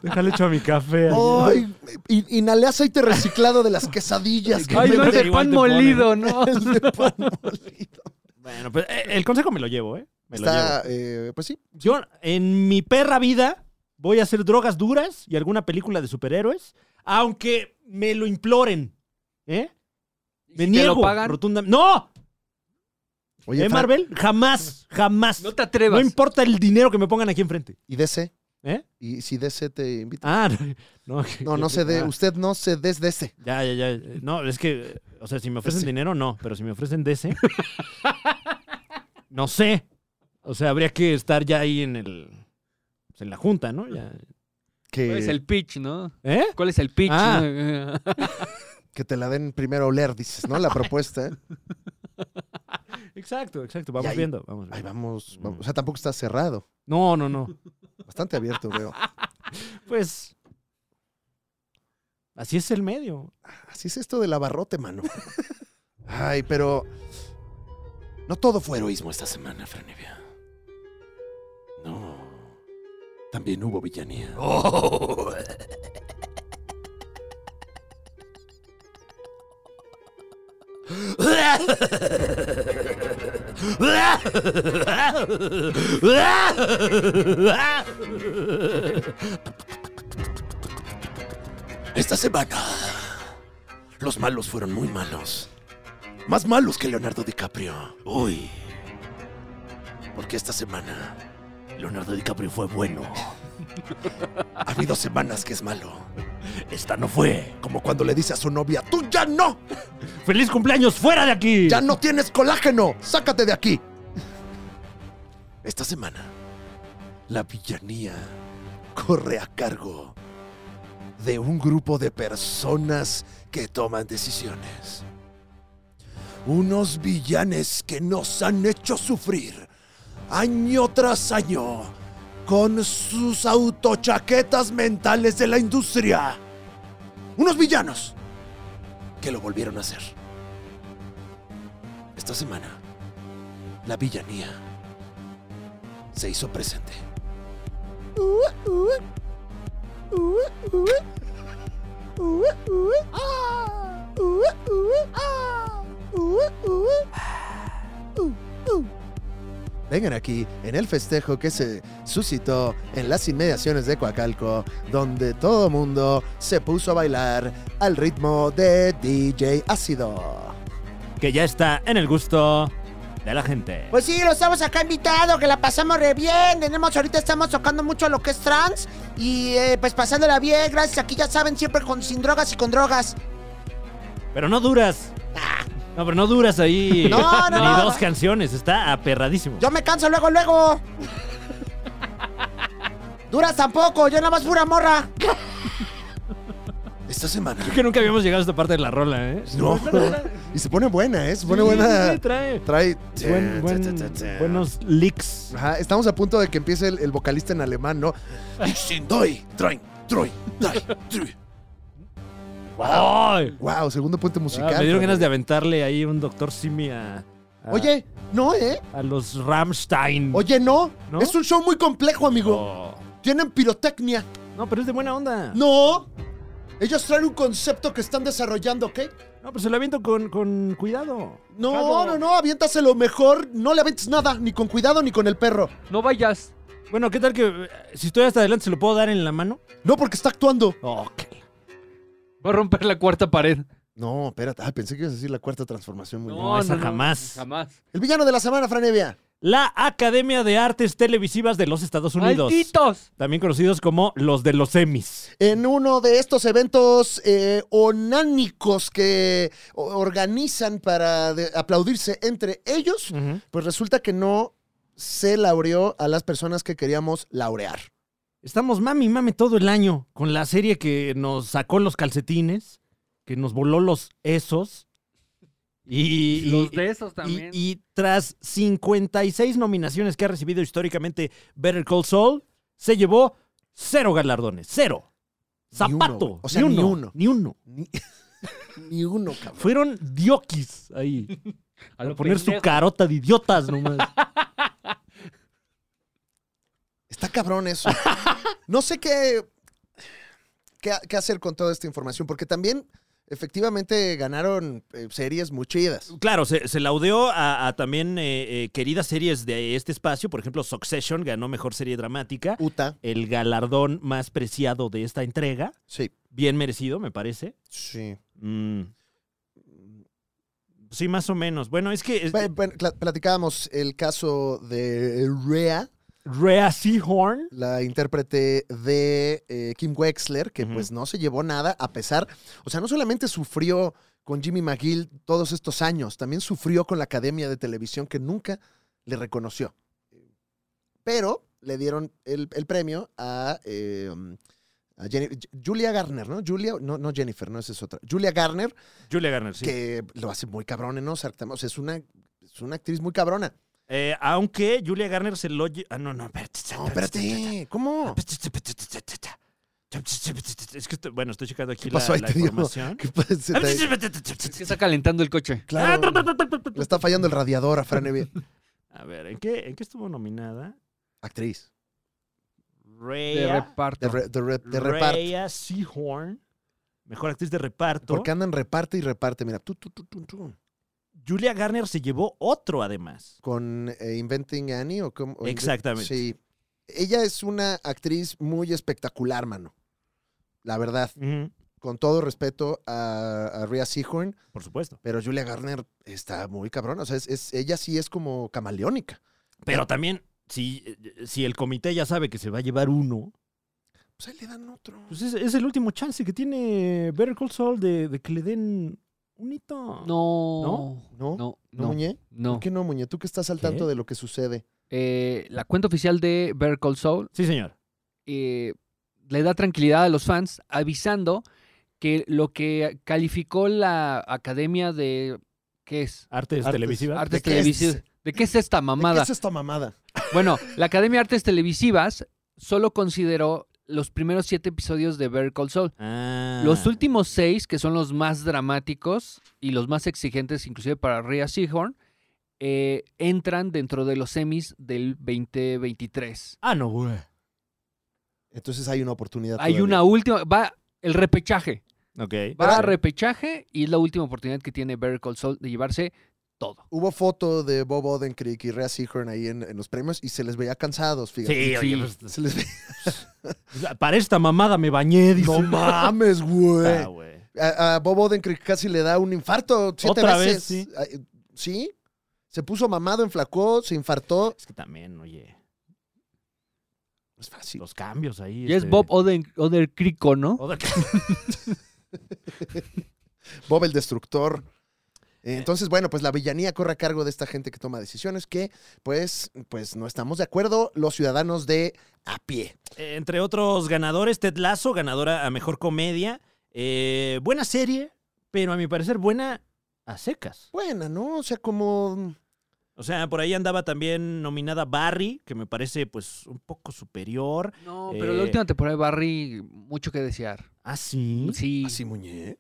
Déjale hecho a mi café. ¡Ay! y- Inhalé aceite reciclado de las quesadillas. que Ay, me no, Igual es te- de igual pan te ponen. molido, ¿no? el de pan molido. Bueno, pues eh, el consejo me lo llevo, ¿eh? Me lo llevo. Está, eh, pues sí. Yo en mi perra vida voy a hacer drogas duras y alguna película de superhéroes, aunque me lo imploren. ¿Eh? Me ¿Te niego lo pagan? rotundamente. ¡No! Oye, ¿Eh, Fran, Marvel? Jamás, jamás. No te No atrevas. importa el dinero que me pongan aquí enfrente. ¿y DC? ¿Eh? ¿Y si DC te invita? Ah, no. que- No, no se dé. ah, Usted no se desdece. Ya, ya, ya. No, es que, o sea, si me ofrecen Sí. dinero, no, pero si me ofrecen DC, no sé. O sea, habría que estar ya ahí en el. pues, en la junta, ¿no? Ya. Que, Pues ¿Cuál es el pitch, no? ¿Eh? ¿Cuál es el pitch? Ah. no? que te la den primero a oler, dices, ¿no? La propuesta. Exacto, exacto. Y Vamos ahí- viendo. Vamos Ay, viendo. vamos, Mm. vamos. O sea, tampoco está cerrado. No, no, no. Bastante abierto, veo. Pues. Así es el medio. Así es esto del abarrote, mano. Ay, pero. No todo fue heroísmo esta semana, Franevia. No. También hubo villanía. Esta semana. Los malos fueron muy malos. Más malos que Leonardo DiCaprio. Uy. Porque esta semana Leonardo DiCaprio fue bueno. Ha habido semanas que es malo. Esta no fue. Como cuando le dice a su novia, tú ya no. ¡Feliz cumpleaños fuera de aquí! Ya no tienes colágeno. Sácate de aquí. Esta semana, la villanía corre a cargo de un grupo de personas que toman decisiones. Unos villanes que nos han hecho sufrir año tras año con sus autochaquetas mentales de la industria. Unos villanos que lo volvieron a hacer. Esta semana, la villanía se hizo presente. vengan aquí en el festejo que se suscitó en las inmediaciones de Coacalco, donde todo mundo se puso a bailar al ritmo de DJ Ácido. que ya está en el gusto de la gente. Pues sí, los estamos acá invitados, que la pasamos re bien. Tenemos ahorita estamos tocando mucho lo que es trans y eh, pues pasándola bien. Gracias, aquí ya saben, siempre con sin drogas y con drogas. Ah. Pero no duras. No, pero no duras ahí No, no, ni no. dos canciones. Está aperradísimo. Yo me canso luego, luego. Duras tampoco, yo nada más pura morra. Esta semana. Creo que nunca habíamos llegado a esta parte de la rola, ¿eh? No. y se pone buena, ¿eh? Se pone Sí, buena. sí, trae Trae. eh, buen- buen- buenos leaks. Ajá, estamos a punto de que empiece el, el vocalista en alemán, ¿no? Doi, Troin, Troin, Dai, Trui. ¡Ay! Wow, segundo puente musical. Ah, me dieron cabrón. ganas de aventarle ahí un doctor Simi a, a- Oye, no, ¿eh? a los Rammstein. Oye, no. Mm. ¿No? Es un show muy complejo, amigo. Oh. Tienen pirotecnia. No, pero es de buena onda. No, No. Ellos traen un concepto que están desarrollando, ¿ok? pero se lo aviento con, con cuidado. No, Claro. Ah, no, no, aviéntase lo mejor. No le avientes nada, ni con cuidado ni con el perro. No vayas. Bueno, ¿qué tal que eh, si estoy hasta adelante se lo puedo dar en la mano? No, porque está actuando. Ok. Va a romper la cuarta pared. No, espérate. Ah, pensé que ibas a decir la cuarta transformación. Muy bien. No, esa jamás. Jamás. El villano de la semana, Franevia. La Academia de Artes Televisivas de los Estados Unidos. ¡Malditos! También conocidos como los de los Emmys. En uno de estos eventos eh, onánicos que o- organizan para de- aplaudirse entre ellos, pues resulta que no se laureó a las personas que queríamos laurear. Estamos mami, mame todo el año con la serie que nos sacó los calcetines, que nos voló los esos. Y, Los y- de esos y- también. y tras 56 nominaciones que ha recibido históricamente Better Call Saul, se llevó cero galardones. Cero. Ni uno, Zapato. güey. O sea, ni uno. Ni uno. Ni uno, cabrón. Fueron diokis ahí. a Al lo poner su pendejo. carota de idiotas nomás. Está cabrón eso. No sé qué, qué, qué hacer con toda esta información, porque también efectivamente ganaron eh, series muy chidas. Claro, se, se laudeó a, a también eh, eh, queridas series de este espacio. Por ejemplo, Succession ganó mejor serie dramática. Uta, El galardón más preciado de esta entrega. sí. Bien merecido, me parece. Sí. Mm. Sí, más o menos. Bueno, es que. es- Bueno, bueno, pla- platicábamos el caso de Rhea, Rhea Seahorn. la intérprete de eh, Kim Wexler, que Ujú. pues no se llevó nada a pesar, o sea, no solamente sufrió con Jimmy McGill todos estos años, también sufrió con la Academia de Televisión que nunca le reconoció. Pero le dieron el, el premio a, eh, a Jenny- Julia Garner, ¿no? Julia, no, no Jennifer, no, esa es otra. Julia Garner, Julia Garner, sí. que lo hace muy cabrón en Ozark, tam- o sea, es una, es una actriz muy cabrona. Eh, aunque Julia Garner se lo. lle- Ah, no, no, espérate. No, espérate, Ah, pues, ¿cómo? Es que, estoy- bueno, estoy checando aquí ¿Qué la, pasó ahí? la Te digo, información. ¿Qué pasa? Se Ah, te- Es que está calentando el coche. Ah, Claro, le está fallando el radiador a Fran Evia. A ver, ¿en qué, ¿en qué estuvo nominada? Actriz. De Rhea, De, reparto. re- de re- de reparto. Rhea Seahorn, mejor actriz de reparto. Porque andan reparte y reparte. Mira, tú, tú, tú, tú, tú. Julia Garner se llevó otro además. Con eh, Inventing Annie o cómo. o Inve- Exactamente. Sí. Ella es una actriz muy espectacular, mano. La verdad, Ujú, con todo respeto a, a Rhea Seahorn, Por supuesto. pero Julia Garner está muy cabrona. O sea, es- es- ella sí es como camaleónica. Pero también, si, si el comité ya sabe que se va a llevar uno, Pues ahí le dan otro. pues es, es el último chance que tiene Better Call Saul de, de que le den un hito. No. ¿No? ¿No, No, no, no. Muñe? ¿Por qué no, Muñe? ¿Tú que estás al ¿Qué? tanto de lo que sucede? Eh, la cuenta oficial de Better Call Saul Sí, señor. eh, le da tranquilidad a los fans avisando que lo que calificó la academia de... ¿Qué es? Artes, Artes- televisivas. Artes qué es? televisivas. ¿De qué es esta ¿De mamada? ¿Qué es esta mamada? Bueno, la Academia de Artes Televisivas solo consideró los primeros siete episodios de Better Call Saul. Ah. Los últimos seis, que son los más dramáticos y los más exigentes, inclusive para Rhea Seahorn, eh, entran dentro de los semis del 2023. Ah, no, güey. Entonces hay una oportunidad. Hay todavía. una última, va el repechaje. Ok. Va a repechaje y es la última oportunidad que tiene Better Call Saul de llevarse todo. Hubo foto de Bob Odenkirk y Rhea Seahorn ahí en, en los premios y se les veía cansados, fíjate. Sí, oye, Sí. pues, Se les veía- para esta mamada me bañé, dice. No mames, güey. Ah, güey. A, a Bob Odenkirk casi le da un infarto siete Otra vez, veces. sí. Ah, eh, sí. Se puso mamado, enflacó, se infartó. Es que también, oye, No Es fácil. los cambios ahí. Y es este- Bob Oden, Odercrico, ¿no? Oder- Bob el Destructor. Eh, Entonces, bueno, pues la villanía corre a cargo de esta gente que toma decisiones que, pues, pues no estamos de acuerdo los ciudadanos de a pie. Eh, Entre otros ganadores, Ted Lasso, ganadora a mejor comedia. Eh, buena serie, pero a mi parecer buena a secas. Buena, ¿no? O sea, como... O sea, por ahí andaba también nominada Barry, que me parece pues un poco superior. No, pero Eh. la última temporada de Barry, mucho que desear. Ah, sí. Sí. Así, muñe.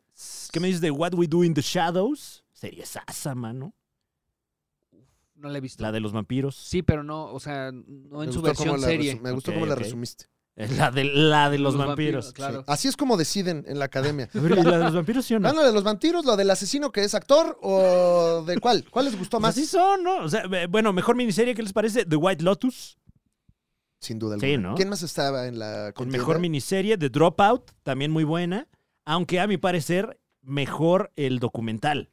¿Qué me dices de What We Do in the Shadows? Serie sasa, mano. No la he visto. La de los vampiros. Sí, pero no, o sea, no en Me gustó su cómo versión la serie. resu- Me gustó Ok, cómo la ok. resumiste. Eh, La de, la de los, vampiros. Claro. Este, Así es como deciden en la academia. A ver, ¿y la de los vampiros sí o Ah, no? ¿Van lo de los vampiros, lo del asesino que es actor o de cuál? ¿Cuál les gustó Pues más? así son, ¿no? O sea, eh, bueno, mejor miniserie, ¿qué les parece? The White Lotus. Sin duda Sí, alguna. ¿no? ¿Quién más estaba en la Con contienda? mejor miniserie, The Dropout, también muy buena. Aunque a mi parecer, mejor el documental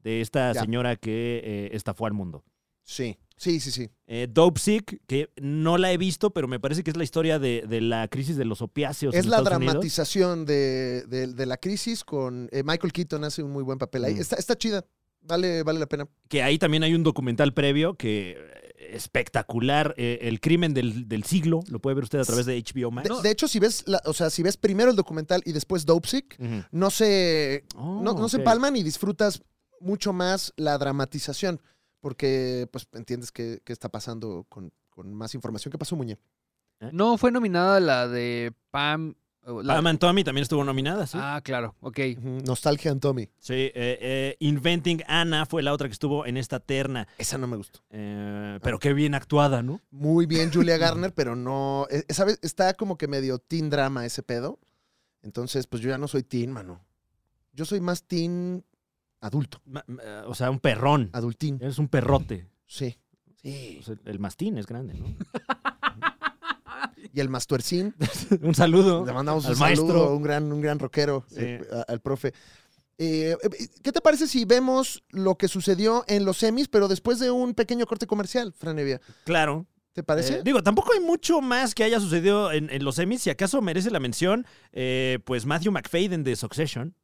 de esta Ya. señora que eh, estafó al mundo. Sí, sí, sí, sí. Eh, Dope Sick, que no la he visto, pero me parece que es la historia de, de la crisis de los opiáceos. Es en la Estados Unidos. dramatización de, de- de la crisis con eh, Michael Keaton hace un muy buen papel ahí. Mm. Está, está chida. Vale, vale la pena. Que ahí también hay un documental previo que eh, espectacular. eh, el crimen del, del siglo, lo puede ver usted a través de HBO Max. De, de hecho, si ves, la- o sea, si ves primero el documental y después Dope Sick, Ujú. no se, Oh, no, no se ok. palman y disfrutas mucho más la dramatización. Porque pues entiendes qué, qué está pasando con, con más información. ¿Qué pasó, Muñe? No, fue nominada la de Pam. o la- Pam and Tommy también estuvo nominada, sí. Ah, claro, ok. Ujú, Nostalgia and Tommy. Sí, eh, eh, Inventing Anna fue la otra que estuvo en esta terna. Esa no me gustó. Eh, pero qué bien actuada, ¿no? Muy bien Julia Garner, pero no... eh, ¿Sabes? Está como que medio teen drama ese pedo. Entonces, pues yo ya no soy teen, mano. Yo soy más teen adulto. Ma- ma- O sea, un perrón. Adultín. Eres un perrote. Sí. O sea, el mastín es grande, ¿no? Y el Mastuercín. un saludo. Le mandamos un Al maestro. maestro. un gran, un gran rockero, Sí. eh, a- al profe. Eh, eh, ¿Qué te parece si vemos lo que sucedió en los semis, pero después de un pequeño corte comercial, Franevia? Claro. ¿Te parece? Eh, digo, tampoco hay mucho más que haya sucedido en, en los semis. Si acaso merece la mención, eh, pues Matthew McFadden de Succession,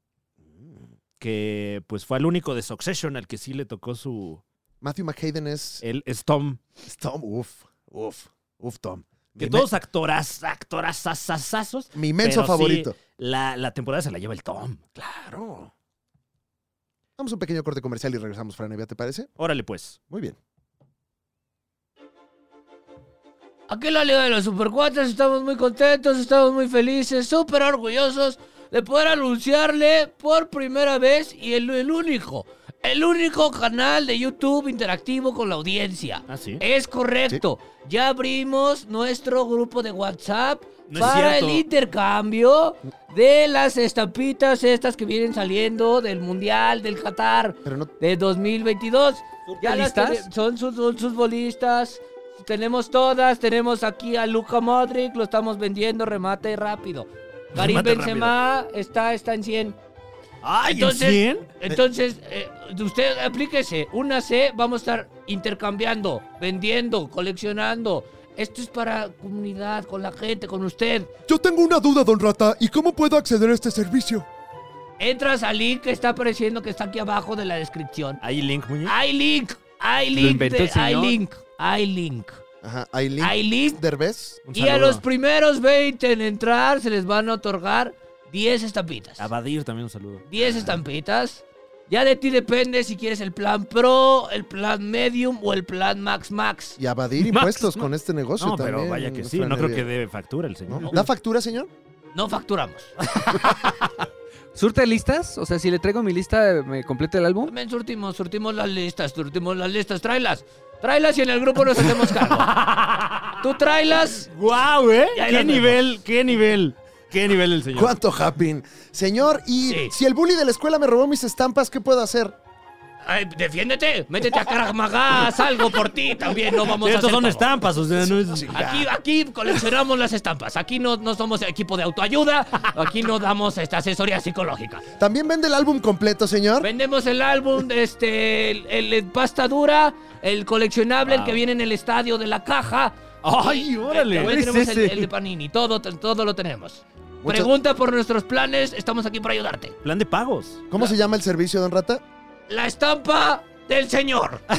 que pues fue el único de Succession al que sí le tocó su... Matthew McHayden es, El es Tom. es Tom. Uf, uf, uf, Tom. Que Mi todos actoras, actorazazazazos. me- Mi pero inmenso sí. favorito. La, la temporada se la lleva el Tom. Claro. Vamos a un pequeño corte comercial y regresamos, Franevia, ¿te parece? Órale, pues. Muy bien. Aquí en la Liga de los Supercuates estamos muy contentos, estamos muy felices, súper orgullosos de poder anunciarle por primera vez y el, el único, el único canal de YouTube interactivo con la audiencia. Ah, sí. Es correcto, ya abrimos nuestro grupo de WhatsApp No es para el cierto. intercambio de las estampitas estas que vienen saliendo del Mundial del Qatar Pero no, de 2022. Ya las ¿Futbolistas? tiene- son sus, son sus bolistas. Tenemos todas. Tenemos aquí a Luka Modric. Lo estamos vendiendo. Remate rápido. Karim Remate Benzema está, está en 100. ¡Ay, Entonces, ¿en entonces eh, usted aplíquese. Una C. Vamos a estar intercambiando, vendiendo, coleccionando. Esto es para comunidad, con la gente, con usted. Yo tengo una duda, don Rata, ¿y cómo puedo acceder a este servicio? Entras al link que está apareciendo, que está aquí abajo de la descripción. ¿Hay link, Muñe? iLink, iLink, inventó el de- señor. iLink, iLink, ajá, Aileen iLink. Derbez. Un Y a saludo. los primeros 20 en entrar se les van a otorgar 10 estampitas. A Badir también un saludo. 10 estampitas. Ya de ti depende si quieres el plan Pro, el plan Medium o el plan Max Max. Y abadir impuestos con este negocio No, también. pero vaya que sí. No Fran creo Evia. que debe factura el señor. ¿No? ¿Da factura, señor? No facturamos. ¿Surte listas? O sea, si le traigo mi lista, ¿me completa el álbum? También surtimos, surtimos las listas, surtimos las listas. Tráelas. Tráelas y en el grupo nos hacemos cargo. Tú tráelas. ¡Guau, eh! Ya ¡Qué las vemos. nivel, qué nivel! ¡Qué nivel el señor! ¿Cuánto happy? Señor, y Sí. si el bully de la escuela me robó mis estampas, ¿qué puedo hacer? Ay, defiéndete, métete a Caramaga, salgo por ti también, no vamos a Estos hacer son todo. estampas, o sea, no es... Aquí, aquí coleccionamos las estampas. Aquí no, no somos equipo de autoayuda. Aquí no damos esta asesoría psicológica. ¿También vende el álbum completo, señor? Vendemos el álbum, este, el, el- el pasta dura, el coleccionable, el que viene en el estadio de la caja. Ah. ¡Ay, órale! También ¿Cuál es tenemos el, ese? el de Panini, todo, todo lo tenemos. Muchas- Pregunta por nuestros planes, estamos aquí para ayudarte. Plan de pagos. ¿Cómo se llama el servicio, don Rata? La estampa del señor.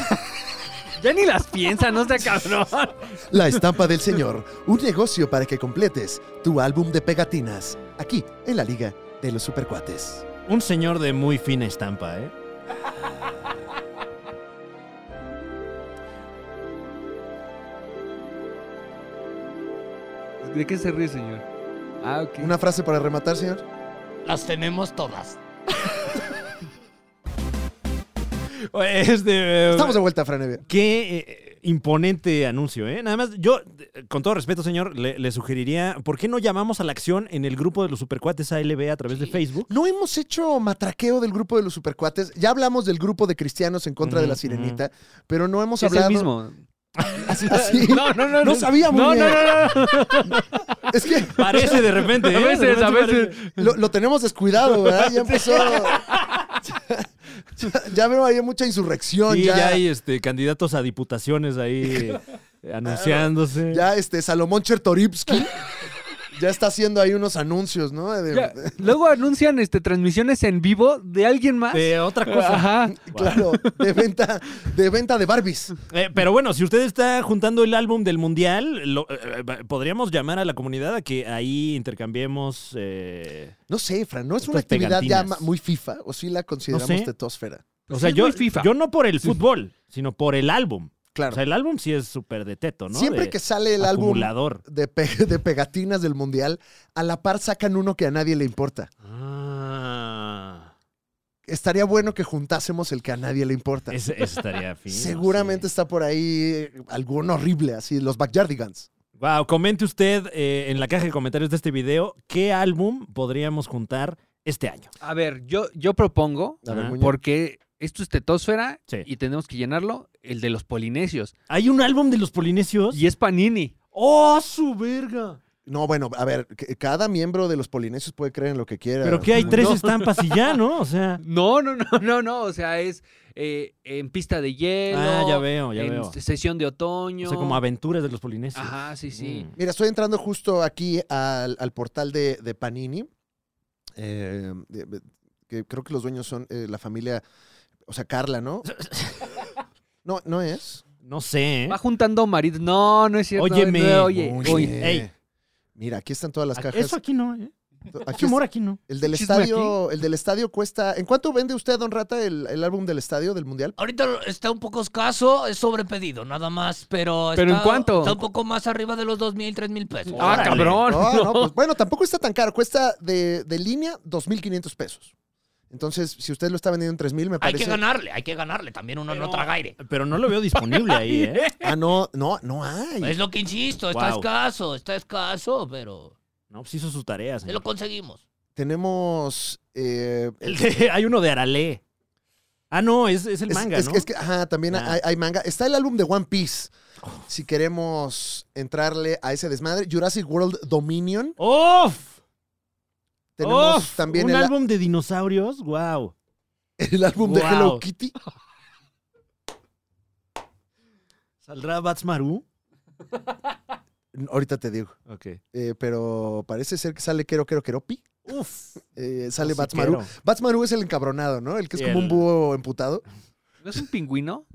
Ya ni las piensa, no sea cabrón. La estampa del señor, un negocio para que completes tu álbum de pegatinas, aquí en la Liga de los Supercuates. Un señor de muy fina estampa, ¿eh? ¿De qué se ríe, señor? Ah, ok. ¿Una frase para rematar, señor? Las tenemos todas. Este, eh, Estamos de vuelta, Franevia. Qué eh, imponente anuncio, ¿eh? Nada más, yo, eh, con todo respeto, señor, le, le sugeriría, ¿por qué no llamamos a la acción en el grupo de los supercuates ALB a través de Facebook? No hemos hecho matraqueo del grupo de los supercuates. Ya hablamos del grupo de cristianos en contra de la Ujú, sirenita, pero no hemos es hablado. el mismo. Así, así. No, no, no. No sabía muy no, bien. No, no, no. Es que Parece de repente, ¿eh? A De veces, repente a veces. parece. lo, lo tenemos descuidado, ¿verdad? Ya empezó. Ya- Ya veo ahí mucha insurrección. Sí, ya. ya, hay este, candidatos a diputaciones ahí eh, anunciándose. ya, este Salomón Chertoripsky ya está haciendo ahí unos anuncios, ¿no? De- Ya, Luego anuncian este, transmisiones en vivo de alguien más. De otra cosa. Ajá. Claro, de venta, de venta de Barbies. Eh, pero bueno, si usted está juntando el álbum del mundial, lo- eh, eh, podríamos llamar a la comunidad a que ahí intercambiemos. eh, No sé, Fran, ¿no es una Estas actividad ya pegatinas. ma- muy FIFA? ¿O sí la consideramos No sé. tetosfera? o Sí, sea, es yo, muy FIFA. yo no por el fútbol, sino por el álbum. Claro. O sea, el álbum sí es súper de teto, ¿no? Siempre De que sale el álbum acumulador. de, pe- de pegatinas del Mundial, a la par sacan uno que a nadie le importa. Ah. Estaría bueno que juntásemos el que a nadie le importa. Ese, ese estaría fino. Seguramente está por ahí algún horrible, así, los Backyardigans. Wow, comente usted eh, en la caja de comentarios de este video qué álbum podríamos juntar este año. A ver, yo, yo propongo, A ver, Ah, Muñe. porque esto es tetósfera Sí. y tenemos que llenarlo, el de los polinesios. ¿Hay un álbum de los polinesios? Y es Panini. ¡Oh, su verga! No, bueno, a ver, que- cada miembro de los polinesios puede creer en lo que quiera. Pero que hay tres No. estampas y ya, ¿no? O sea. No, no, no, no, no. O sea, es eh, en pista de hielo. Ah, ya veo, ya en veo. sesión de otoño. O sea, como aventuras de los polinesios. Ajá, sí, sí. Mm. Mira, estoy entrando justo aquí al, al portal de, de Panini, eh, de- de- que creo que los dueños son eh, la familia, o sea, Carla, ¿no? No, no es. No sé. ¿eh? Va juntando maridos. No, no es cierto. Óyeme. no, oye, Uy, oye. eh. ey. Mira, aquí están todas las Aquí- cajas. Ah, Eso aquí no, ¿eh? Aquí Ese humor aquí no. está- el del chisme estadio, el del estadio cuesta. ¿En cuánto vende usted, Don Rata, el, el álbum del estadio del Mundial? Ahorita está un poco escaso, es sobrepedido, nada más, pero... ¿Pero está- en cuánto? Está un poco más arriba de los dos mil, tres mil pesos. Ah, Órale. cabrón. No, no. no, pues, bueno, tampoco está tan caro. Cuesta de, de línea 2.500 pesos. Entonces, si usted lo está vendiendo en 3.000, me Hay parece. que ganarle, hay que ganarle, también uno no traga aire. Pero no lo veo disponible ahí, ¿eh? Ah, no, no, no hay. Pues- Es lo que insisto, está Wow. escaso, está escaso, pero No, pues hizo sus tareas. se lo conseguimos. Tenemos. eh, El de- hay uno de Arale. Ah, no, es, es el es- manga, es, ¿no? es que, ajá, también Ah. hay, hay manga. Está el álbum de One Piece. Oh. Si queremos entrarle a ese desmadre, Jurassic World Dominion. ¡Uf! Tenemos ¡Uf! también un el, álbum de dinosaurios, wow. el álbum de Hello Wow. Kitty. ¿Saldrá Bats Maru? Ahorita te digo. Ok. Eh, pero parece ser que sale Kero Kero Keropi. Uf. pues Eh, sale Sí Bats Maru. quiero. Bats Maru es el encabronado, ¿no? El que es Sí, como el- un búho emputado. ¿No es un pingüino?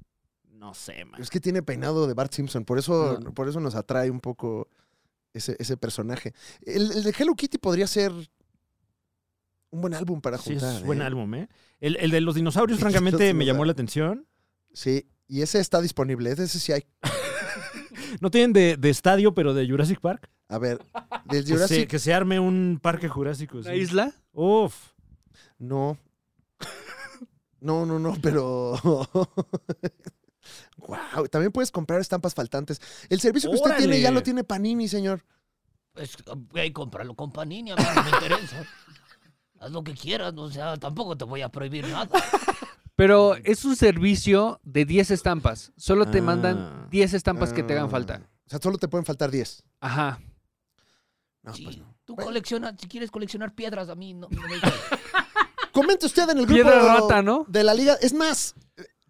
No sé, man. Es que tiene peinado de Bart Simpson, por eso, Ah. por eso nos atrae un poco ese, ese personaje. El, el de Hello Kitty podría ser un buen álbum para Sí, juntar. es buen ¿eh? álbum, ¿eh? El, el de los dinosaurios, francamente, me llamó la atención. Sí, y ese está disponible, de ese sí hay. ¿No tienen de, de estadio, pero de Jurassic Park? A ver, del Que se, Jurassic, que se arme un parque jurásico. ¿Una Pues sí. isla? Uf. no. No, no, no, pero... wow, también puedes comprar estampas faltantes. El servicio que usted tiene ya ¡Órale! lo tiene Panini, señor. Es, güey, cómpralo con Panini, a pues mí no me interesa. Haz lo que quieras, o sea, tampoco te voy a prohibir nada. Pero es un servicio de 10 estampas. Solo te Ah. mandan 10 estampas que te hagan Ah, falta. O sea, solo te pueden faltar 10. Ajá. No, Sí, pues no. Tú Bueno. coleccionas, si quieres coleccionar piedras, a mí no. no me- Comente usted en el grupo Piedra rata, ¿no? de la liga. Es más,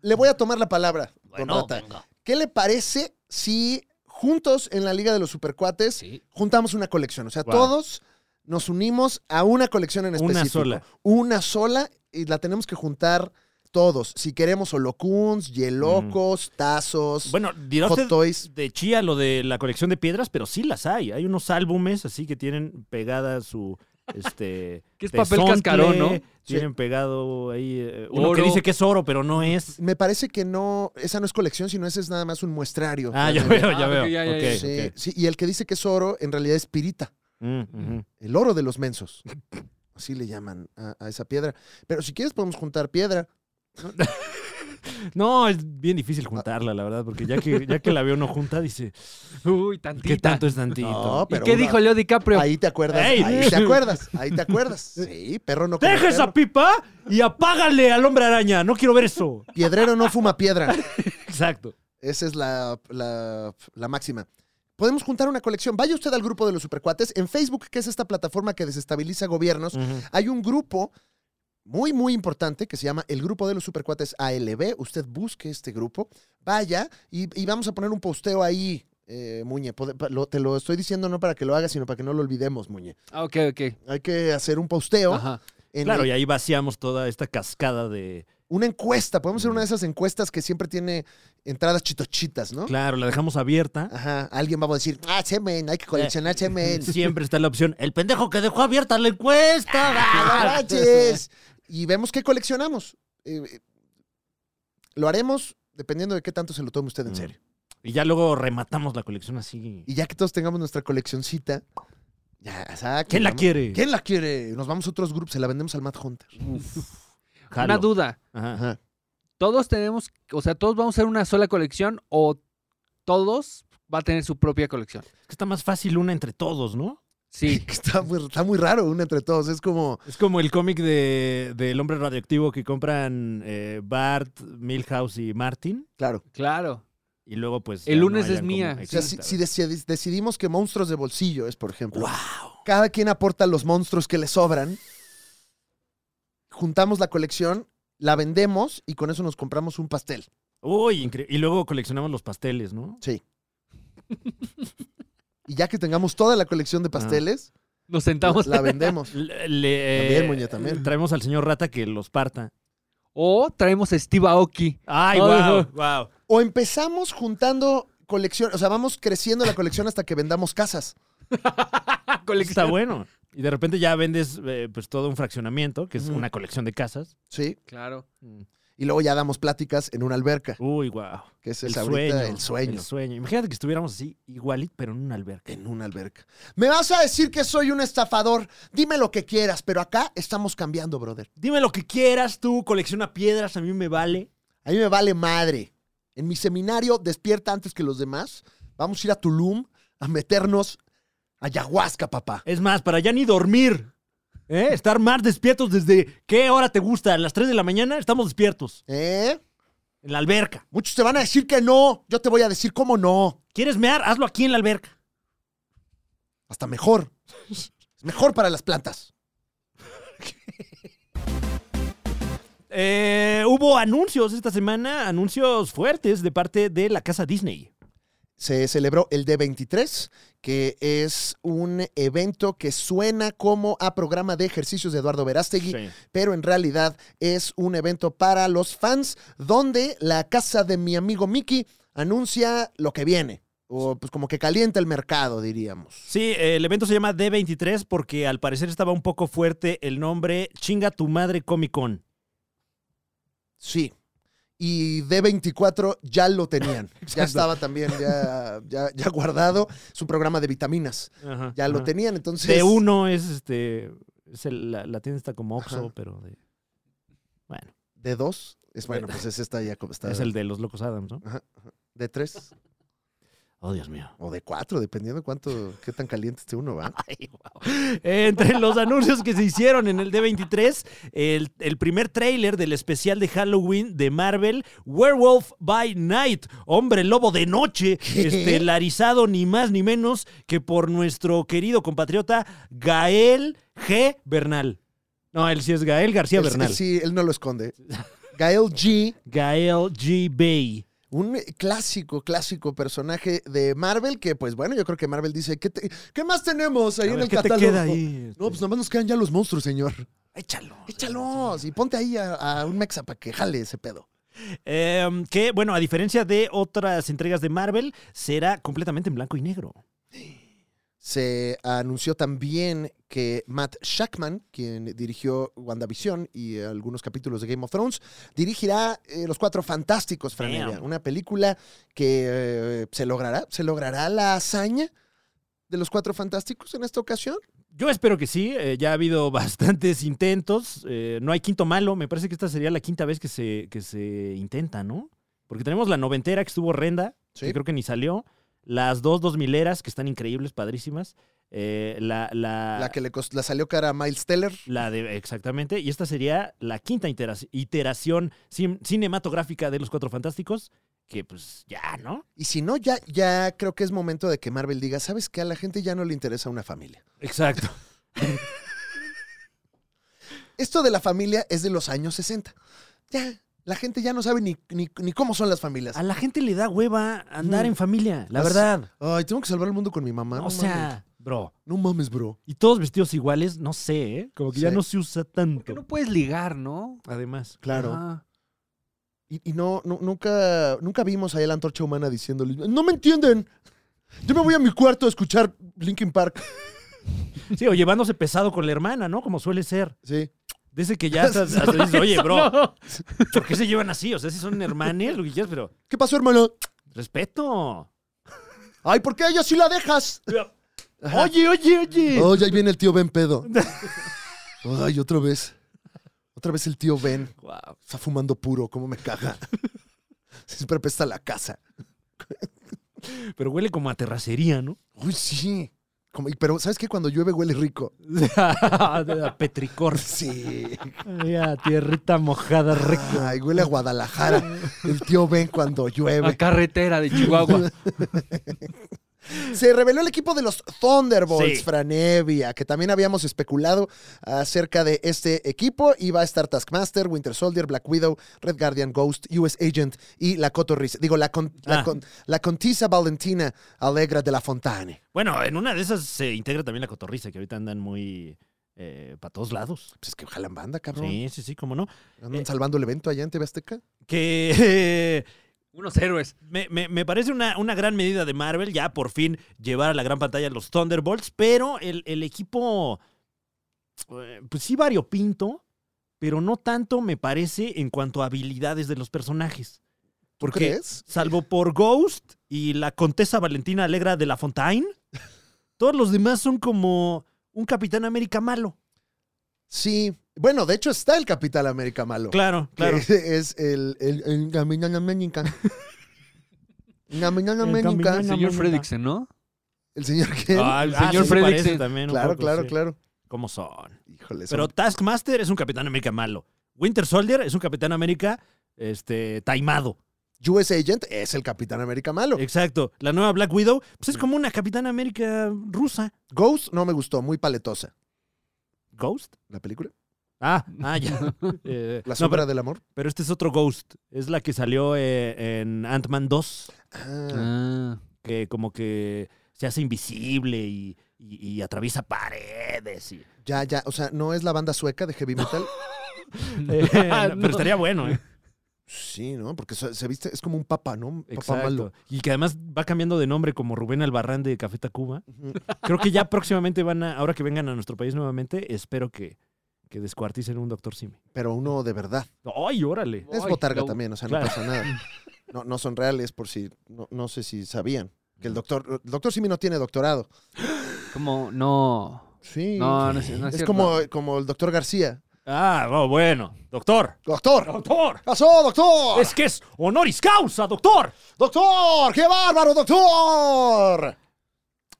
le voy a tomar la palabra, don bueno, Rata. venga. ¿Qué le parece si juntos en la liga de los supercuates Sí. juntamos una colección? O sea, Wow. todos nos unimos a una colección en Una específico. sola. Una sola y la tenemos que juntar todos. Si queremos holocuns, yelocos, tazos, Mm. Bueno, dirá hot usted toys. de chía lo de la colección de piedras, pero sí las hay. Hay unos álbumes así que tienen pegada su. Este, Que es de papel Sontle, cascarón, ¿no? Tienen pegado ahí eh, uno que Oro. dice que es oro, pero no es. Me parece que no, esa no es colección, sino ese es nada más un muestrario. Ah, ya Realmente. veo, Ah, ya ok, veo. ya, ya, Ok, ya. ok. Sí, sí, y el que dice que es oro, en realidad es pirita. Mm, ujú. El oro de los mensos. Así le llaman a, a esa piedra. Pero si quieres podemos juntar piedra. No, es bien difícil juntarla, la verdad, porque ya que, ya que la veo no junta, dice, Uy, ¿qué tantita. tanto es tantito? No, ¿Y pero qué una- dijo Leo DiCaprio? Ahí te acuerdas, ¡Ey! ahí te acuerdas, ahí te acuerdas. Sí, perro no come ¡Deja esa pues, perro. pipa y apágale al hombre araña! No quiero ver eso. Piedrero no fuma piedra. Exacto. Esa es la, la- la máxima. Podemos juntar una colección. Vaya usted al grupo de los supercuates. En Facebook, que es esta plataforma que desestabiliza gobiernos, hay un grupo muy, muy importante que se llama el Grupo de los Supercuates ALB. Usted busque este grupo, vaya y, y vamos a poner un posteo ahí, eh, Muñe. Pode- pa- lo- te lo estoy diciendo no para que lo hagas, sino para que no lo olvidemos, Muñe. Ah, ok, ok. Hay que hacer un posteo. Ajá. en Claro, el- y ahí vaciamos toda esta cascada de... una encuesta. Podemos hacer una de esas encuestas que siempre tiene entradas chitochitas, ¿no? Claro, la dejamos abierta. Ajá, alguien va a decir, ah, semen, hay que coleccionar semen. Siempre está la opción, el pendejo que dejó abierta la encuesta. ¡Ah, no manches! Y vemos qué coleccionamos. Eh, eh, lo haremos dependiendo de qué tanto se lo tome usted en Mm. serio. Y ya luego rematamos la colección así. Y ya que todos tengamos nuestra coleccioncita, ya, o sea, que ¿Quién la vamos- quiere? ¿Quién la quiere? Nos vamos a otros grupos, se la vendemos al Matt Hunter. Jalo. Una duda. Ajá. Ajá. Todos tenemos, o sea, todos vamos a hacer una sola colección o todos va a tener su propia colección. Es que está más fácil una entre todos, ¿no? Sí. Está muy, está muy raro uno entre todos. Es como, Es como el cómic de, del hombre radioactivo que compran eh, Bart, Milhouse y Martin. claro. Claro. Y luego, pues. El ya lunes hayan es mía. como- O sea, si, Exacto. si deci- decidimos que monstruos de bolsillo es, por ejemplo, ¡Wow! cada quien aporta los monstruos que le sobran, juntamos la colección, la vendemos y con eso nos compramos un pastel. Uy, increíble. Y luego coleccionamos los pasteles, ¿no? Sí. y ya que tengamos toda la colección Ah. de pasteles, Nos sentamos. la vendemos. Le- le- eh, También, Muñe, también. Traemos al señor Rata que los parta. O traemos a Steve Aoki. ¡Ay, Ay, wow! no. ¡Wow! O empezamos juntando colección, o sea, vamos creciendo la colección hasta que vendamos casas. Ah, Está bueno. Y de repente ya vendes eh, pues todo un fraccionamiento, que es Ujú. una colección de casas. Sí. Claro. Y luego ya damos pláticas en una alberca, Uy, wow. que ese El es ahorita sueño, el sueño. El sueño. Imagínate que estuviéramos así igualito, pero en un alberca. En una alberca. Me vas a decir que soy un estafador. Dime lo que quieras, pero acá estamos cambiando, brother. Dime lo que quieras tú, colecciona piedras, a mí me vale. A mí me vale madre. En mi seminario, despierta antes que los demás. Vamos a ir a Tulum a meternos a ayahuasca, papá. Es más, para ya ni dormir. ¿eh? Estar más despiertos desde qué hora te gusta. A las 3 de la mañana estamos despiertos. ¿Eh? En la alberca. Muchos te van a decir que no. Yo te voy a decir cómo no. ¿Quieres mear? Hazlo aquí en la alberca. Hasta mejor. Es mejor para las plantas. Eh, hubo anuncios esta semana, anuncios fuertes de parte de la casa Disney. se celebró el D23, que es un evento que suena como a programa de ejercicios de Eduardo Verástegui, pero en realidad es un evento para los fans, donde la casa de mi amigo Mickey anuncia lo que viene, o pues como que calienta el mercado, diríamos. Sí, eh, el evento se llama D23 porque al parecer estaba un poco fuerte el nombre Chinga tu madre Comic Con. Sí. Y D24 ya lo tenían, ya Exacto. estaba también ya, ya, ya guardado su programa de vitaminas, ya lo tenían, entonces... De uno es este. es el- la, la tienda está como Oxxo, Ajá. pero de- bueno, De dos, es bueno, pues es esta ya como está. es el de los locos Adams, ¿no? De tres. Oh, Dios mío. O de cuatro, dependiendo cuánto, qué tan caliente esté uno, ¿va? Entre los anuncios que se hicieron en el D23, el, el primer tráiler del especial de Halloween de Marvel, Werewolf by Night, hombre lobo de noche, estelarizado ni más ni menos que por nuestro querido compatriota Gael G. Bernal. No, él sí es Gael García Él- Bernal. él sí, él no lo esconde. Gael G., Gael G. Bay. un clásico, clásico personaje de Marvel que, pues bueno, yo creo que Marvel dice, ¿qué, te- qué más tenemos ahí A en ver, el ¿qué te catálogo? queda ahí? No, pues nomás nos quedan ya los monstruos, señor. Échalo. Échalos y ponte ahí a, a un mexa para que jale ese pedo. Em, que, bueno, a diferencia de otras entregas de Marvel, será completamente en blanco y negro. Se anunció también que Matt Shackman, quien dirigió WandaVision y algunos capítulos de Game of Thrones, dirigirá eh, Los Cuatro Fantásticos, Franelia. Damn. Una película que eh, se logrará, se logrará la hazaña de Los Cuatro Fantásticos en esta ocasión. Yo espero que sí, eh, ya ha habido bastantes intentos, eh, no hay quinto malo, me parece que esta sería la quinta vez que se, que se intenta, ¿no? Porque tenemos la noventera que estuvo horrenda, Sí. que creo que ni salió, las dos dos mileras que están increíbles, padrísimas, eh, la, la, La que le, cost- la salió cara a Miles Teller. la de, exactamente, y esta sería la quinta itera- iteración cin- cinematográfica de Los Cuatro Fantásticos, que pues ya, ¿no? Y si no, ya, ya creo que es momento de que Marvel diga, ¿sabes qué? A la gente ya no le interesa una familia. Exacto. Esto de la familia es de los años 60. Ya, la gente ya no sabe ni, ni, ni cómo son las familias. A la gente le da hueva andar Mm. en familia, la Las- verdad. Ay, tengo que salvar el mundo con mi mamá. o no mames. sea, bro. No mames, bro. Y todos vestidos iguales, no sé, ¿eh? Como que ya Sí. no se usa tanto. Porque no puedes ligar, ¿no? Además. Claro. Ajá. Y, y no, no- nunca, nunca vimos ahí a la antorcha humana diciéndole, no me entienden. Yo me voy a mi cuarto a escuchar Linkin Park. Sí, o llevándose pesado con la hermana, ¿no? Como suele ser. Sí. Desde que ya hasta, hasta dices, oye, bro, ¿por qué se llevan así? O sea, si son hermanes, lo que quieras, pero ¿Qué pasó, hermano? respeto. Ay, ¿por qué a ella sí la dejas? Ajá. Oye, oye, oye. Oye, ahí viene el tío Ben pedo. Ay, otra vez. Otra vez el tío Ben. Guau. Está fumando puro, cómo me caga. Siempre apesta la casa. Pero huele como a terracería, ¿no? Uy, sí. Como- pero, ¿sabes qué? Cuando llueve huele rico. a petricor. Sí. Ay, a tierrita mojada rico. Ay, huele a Guadalajara. El tío Ben cuando La llueve. carretera de Chihuahua. Se reveló el equipo de los Thunderbolts, Sí. Franevia, que también habíamos especulado acerca de este equipo. Y va a estar Taskmaster, Winter Soldier, Black Widow, Red Guardian, Ghost, US Agent y la Cotorriz. Digo, la, con- la, Ah. con- la Contisa Valentina Alegra de la Fontane. Bueno, en una de esas se integra también la cotorriza, que ahorita andan muy para todos lados. Pues es que jalan banda, cabrón. Sí, sí, sí, cómo no. Andan Eh. salvando el evento allá en TV Azteca. Que eh, Unos héroes. Me, me- me parece una, una gran medida de Marvel ya por fin llevar a la gran pantalla los Thunderbolts, pero el, el equipo, eh, pues sí variopinto, pero no tanto me parece en cuanto a habilidades de los personajes. ¿Por Porque crees? salvo por Ghost y la Contesa Valentina Alegra de la Fontaine, todos los demás son como un Capitán América malo. Sí. Bueno, de hecho está el Capital América malo. Claro, que claro. Es el... el, el, Gaminana América. Gaminana El América. Gaminana El señor Fredrickson, ¿no? El señor que... Ah, el Ah, señor sí se Fredricksen parece también. un Claro, poco, claro, sí. claro. ¿Cómo son? Híjole, son- Pero Taskmaster es un Capitán América malo. Winter Soldier es un Capitán América este, taimado. US Agent es el Capitán América malo. Eh, Exacto. La nueva Black Widow pues es Mm. como una Capitán América rusa. Ghost no me gustó, muy paletosa. ¿Ghost? ¿La película? Ah, ah ya. Eh, La no, sombra pero, del amor. pero este es otro Ghost. Es la que salió eh, en Ant-Man 2, Ah, Ah. que como que se hace invisible y, y- y atraviesa paredes. y- Ya, ya. O sea, ¿no es la banda sueca de heavy metal? Eh, no, No. Pero estaría bueno, ¿eh? sí, ¿no? Porque se, se viste... Es como un papa, ¿no? Un Papa malo. Exacto. Y que además va cambiando de nombre como Rubén Albarrán de Café Tacuba. Ujú. Creo que ya próximamente van a, ahora que vengan a nuestro país nuevamente, espero que, que descuarticen un doctor Simi. Pero uno de verdad. ¡Ay, órale! Es Ay, botarga lo- también, o sea, claro. no pasa nada. No, no son reales por si, no, no sé si sabían. Que el doctor, el doctor Simi no tiene doctorado. Como, no. Sí. No, no es, no es cierto. como, como el doctor García. Ah, no, bueno. Doctor. Doctor. Doctor. ¿Qué pasó, doctor? Es que es honoris causa, doctor. Doctor, qué bárbaro, doctor.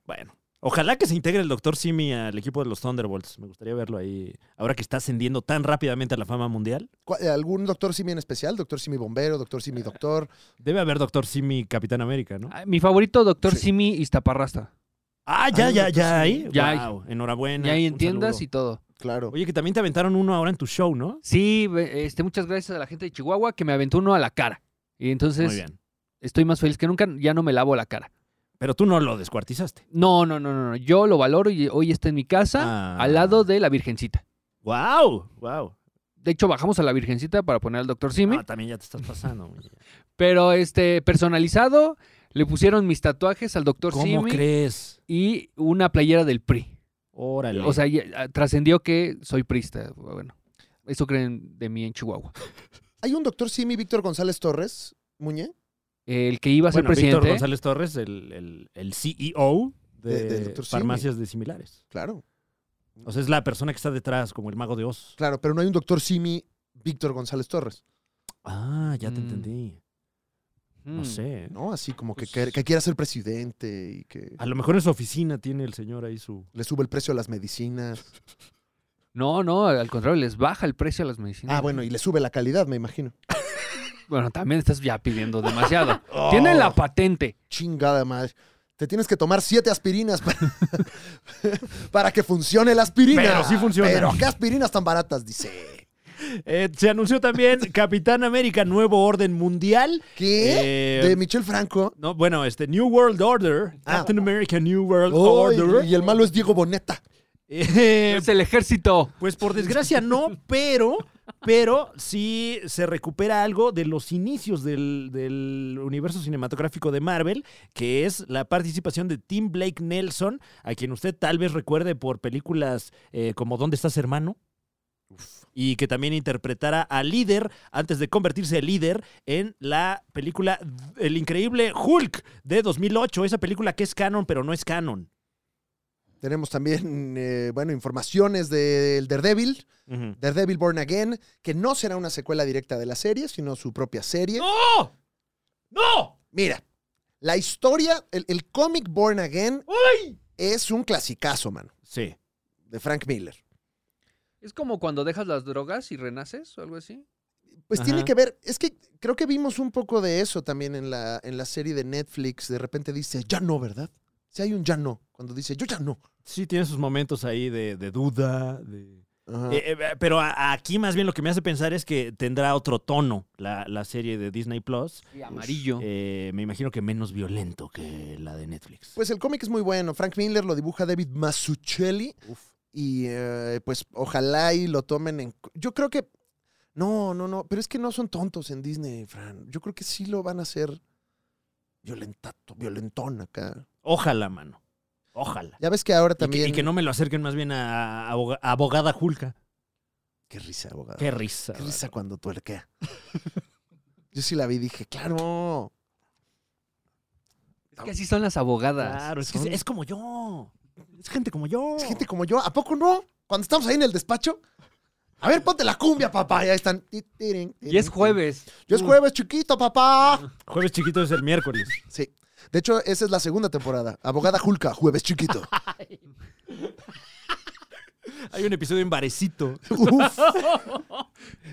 Bueno. Ojalá que se integre el doctor Simi al equipo de los Thunderbolts. Me gustaría verlo ahí. Ahora que está ascendiendo tan rápidamente a la fama mundial. ¿Cuál- ¿Algún doctor Simi en especial? Doctor Simi bombero, doctor Simi doctor. Debe haber doctor Simi Capitán América, ¿no? Ah, Mi favorito, Doctor Sí. Simi Iztaparrasta. Ah, ya, Hay un ya, doctor ya Simi. ahí. Ya Wow, Enhorabuena. Ya ahí Un entiendas saludo. y todo. Claro. Oye, que también te aventaron uno ahora en tu show, ¿no? Sí, ve- este, muchas gracias a la gente de Chihuahua que me aventó uno a la cara. Y Muy entonces bien. estoy más feliz que nunca, ya no me lavo la cara. Pero tú no lo descuartizaste. No, no, no, no, no. Yo lo valoro y hoy está en mi casa Ah. al lado de la Virgencita. ¡Wow! ¡Wow! De hecho, bajamos a la Virgencita para poner al Doctor Simi. No, Ah, también ya te estás pasando. güey. Pero este, personalizado, le pusieron mis tatuajes al Doctor ¿Cómo Simi crees? y una playera del PRI. Órale. O sea, ya, ah, trascendió que soy prista. Bueno, eso creen de mí en Chihuahua. Hay un doctor Simi Víctor González Torres, Muñe, El que iba a ser bueno, presidente. Víctor González Torres, el, el- el CEO de, De- del Dr. Simi. farmacias de similares. claro. O sea, es la persona que está detrás, como el mago de Oz. Claro, pero no hay un doctor Simi Víctor González Torres, Ah, ya te Mm. entendí. Mm. No sé. ¿eh? ¿no? Así como que, Pues- que quiera ser presidente y que A lo mejor en su oficina tiene el señor ahí su... le sube el precio a las medicinas. No, no, al contrario, les baja el precio a las medicinas. Ah, bueno, y le sube la calidad, me imagino. Bueno, también estás ya pidiendo demasiado. Oh. Tienen la patente. Chingada madre. Te tienes que tomar siete aspirinas para, para que funcione la aspirina. Pero sí funciona. Pero qué aspirinas tan baratas, dice. Eh, se anunció también Capitán América Nuevo Orden Mundial. ¿Qué? Eh, De Michel Franco. No, bueno, este New World Order, Ah. Captain America New World Oh, y- Order. y el malo es Diego Boneta. Eh, Es el ejército. Pues por desgracia no, pero, pero sí se recupera algo de los inicios del, del universo cinematográfico de Marvel, que es la participación de Tim Blake Nelson, a quien usted tal vez recuerde por películas eh, como ¿Dónde estás, hermano? Y que también interpretara al líder antes de convertirse en líder en la película El Increíble Hulk de 2008, esa película que es canon, pero no es canon. Tenemos también, eh, bueno, informaciones del Daredevil, Daredevil Born Again, que no será una secuela directa de la serie, sino su propia serie. ¡No! ¡No! Mira, la historia, el, el cómic Born Again ¡Ay! es un clasicazo, mano, Sí. de Frank Miller. Es como cuando dejas las drogas y renaces o algo así. Pues Ajá. tiene que ver, es que creo que vimos un poco de eso también en la, en la serie de Netflix. De repente dice, ya no, ¿verdad? Si hay un ya no, cuando dice, yo ya no. Sí, tiene sus momentos ahí de, de duda. de- Ajá. Eh, eh, pero a- aquí más bien lo que me hace pensar es que tendrá otro tono la, la serie de Disney Plus. Y amarillo. Eh, me imagino que menos violento que la de Netflix. Pues el cómic es muy bueno. Frank Miller lo dibuja David Mazzucchelli. Y eh, pues ojalá y lo tomen en... cu- Yo creo que... No, no, no. Pero es que no son tontos en Disney, Fran. Yo creo que sí lo van a hacer violentato, violentón acá. Ojalá, mano. Ojalá. Ya ves que ahora Y que- Y también... que, no me lo acerquen más bien a, a aboga- a abogada Julka. Qué risa, abogado. Qué risa. Qué risa cuando tuerquea. Yo sí la vi y dije, claro. Es que así son las abogadas. Claro, es que es, es como yo. Es gente como yo. Es gente como yo. ¿A poco no? Cuando estamos ahí en el despacho. A ver, ponte la cumbia, papá. Ya están. Y es jueves. Yo es jueves chiquito, papá. Jueves chiquito es el miércoles. Sí. De hecho, esa es la segunda temporada. Abogada Julka, jueves chiquito. Hay un episodio en Barecito. Uf.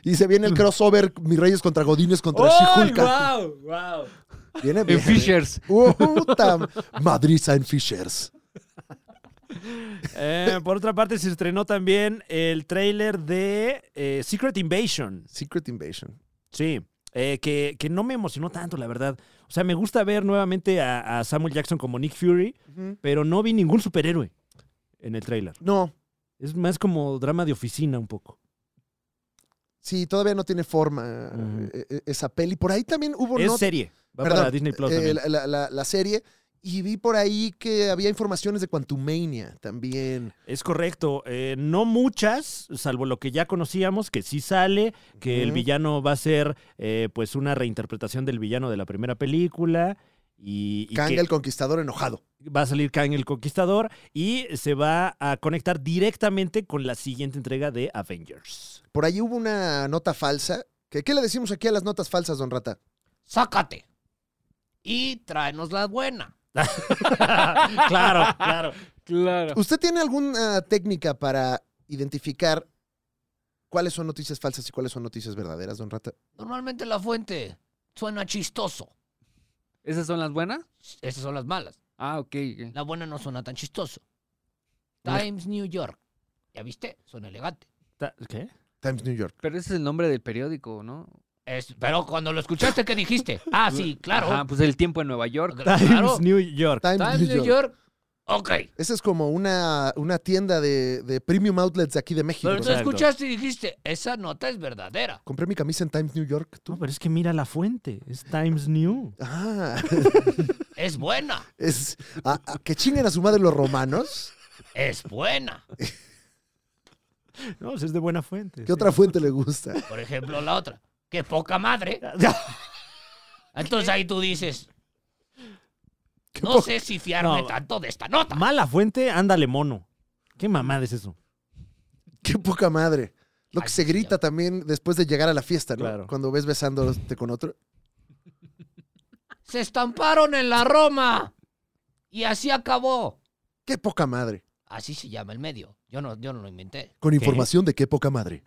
Y se viene el crossover Mi Reyes contra Godines contra She-Hulka. wow! ¡Wow! Viene En bien. Uh-huh. Fishers. Puta. Madriza en Fishers. Eh, por otra parte, se estrenó también el tráiler de eh, Secret Invasion. Secret Invasion. Sí. eh, que, que no me emocionó tanto, la verdad. O sea, me gusta ver nuevamente a, a Samuel Jackson como Nick Fury, pero no vi ningún superhéroe en el tráiler. No, Es más como drama de oficina un poco. Sí, todavía no tiene forma Ujú. eh, eh, esa peli. Por ahí también hubo es not- serie. Va Perdón, para Disney Plus eh, también. la, la- la- la serie. Y vi por ahí que había informaciones de Quantumania también. Es correcto. eh, no muchas, salvo lo que ya conocíamos, que sí sale, que el Ujú. villano va a ser eh, pues una reinterpretación del villano de la primera película. Y, y Kang que- el Conquistador enojado. va a salir Kang el Conquistador y se va a conectar directamente con la siguiente entrega de Avengers. Por ahí hubo una nota falsa. ¿Qué, qué le decimos aquí a las notas falsas, don Rata? Sácate. Y tráenos la buena. claro, claro. Claro. ¿Usted tiene alguna técnica para identificar cuáles son noticias falsas y cuáles son noticias verdaderas, don Rata? Normalmente la fuente suena chistoso. ¿Esas son las buenas? Esas son las malas. Ah, ok. La buena no suena tan chistoso. Times New York. ¿Ya viste? Suena elegante. Ta- ¿Qué? Times New York. Pero ese es el nombre del periódico, ¿no? Es- pero cuando lo escuchaste, ¿qué dijiste? Ah, sí, claro. Ajá, pues el tiempo en Nueva York. Times Claro. New York. Times, Times New York. Ok. Esa es como una, una tienda de, de premium outlets de aquí de México. Pero tú Exacto. escuchaste y dijiste, esa nota es verdadera. Compré mi camisa en Times New York. No, pues. ¿Tú? pero es que mira la fuente, es Times New. Ah, Es buena. es, ah, ah, que chinguen a su madre los romanos. Es buena. No, pues es de buena fuente. ¿Qué sí. otra fuente le gusta? Por ejemplo, la otra. Que poca madre. Entonces ahí tú dices, no sé si fiarme No. tanto de esta nota. Mala fuente, ándale mono. ¿Qué mamada es eso? Qué poca madre. Lo que Ay, se sí, grita también después de llegar a la fiesta, ¿no? Claro. Cuando ves besándote con otro. Se estamparon en la Roma. Y así acabó. Qué poca madre. Así se llama el medio. Yo no, yo no lo inventé. Con ¿Qué? información de qué poca madre.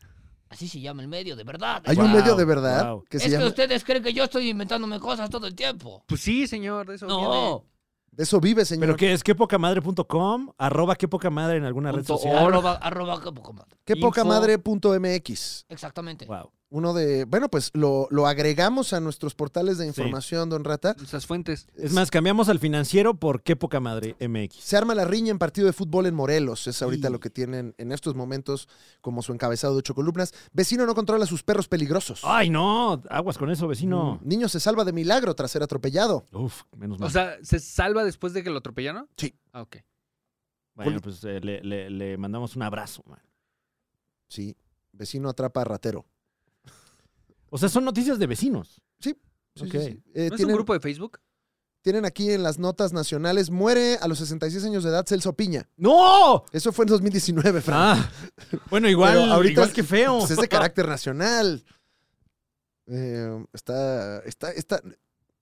Así se llama el medio, de verdad. Hay un Wow, medio de verdad wow. que es se que llama. ustedes creen que yo estoy inventándome cosas todo el tiempo. Pues sí, señor, de eso viene. No. De eso vive, señor. Pero que es quepocamadre.com, arroba quepocamadre en alguna red Punto social. Arroba, arroba, como- Qué poca info. madre.mx. exactamente. Wow. Uno de. Bueno, pues lo, lo agregamos a nuestros portales de información, don Rata. Nuestras fuentes. Es más, cambiamos al financiero por qué poca madre MX. Se arma la riña en partido de fútbol en Morelos. Es ahorita Sí. lo que tienen en estos momentos como su encabezado de ocho columnas. Vecino no controla a sus perros peligrosos. Ay, no, aguas con eso, vecino. Mm, Niño se salva de milagro tras ser atropellado. Uf, menos mal. O sea, ¿se salva después de que lo atropellaron? Sí. Ah, Eh, ok. bueno, pues eh, le, le- le mandamos un abrazo, man. Sí. Vecino atrapa a ratero. O sea, son noticias de vecinos. Sí, sí, Ok. sí. Eh, ¿No es un tienen, grupo de Facebook? tienen aquí en las notas nacionales, muere a los 66 años de edad Celso Piña. ¡No! Eso fue en 2019, Fran. Ah, bueno, igual, Pero ahorita igual es- que feo. Pues es de carácter nacional. Eh, está, está, está,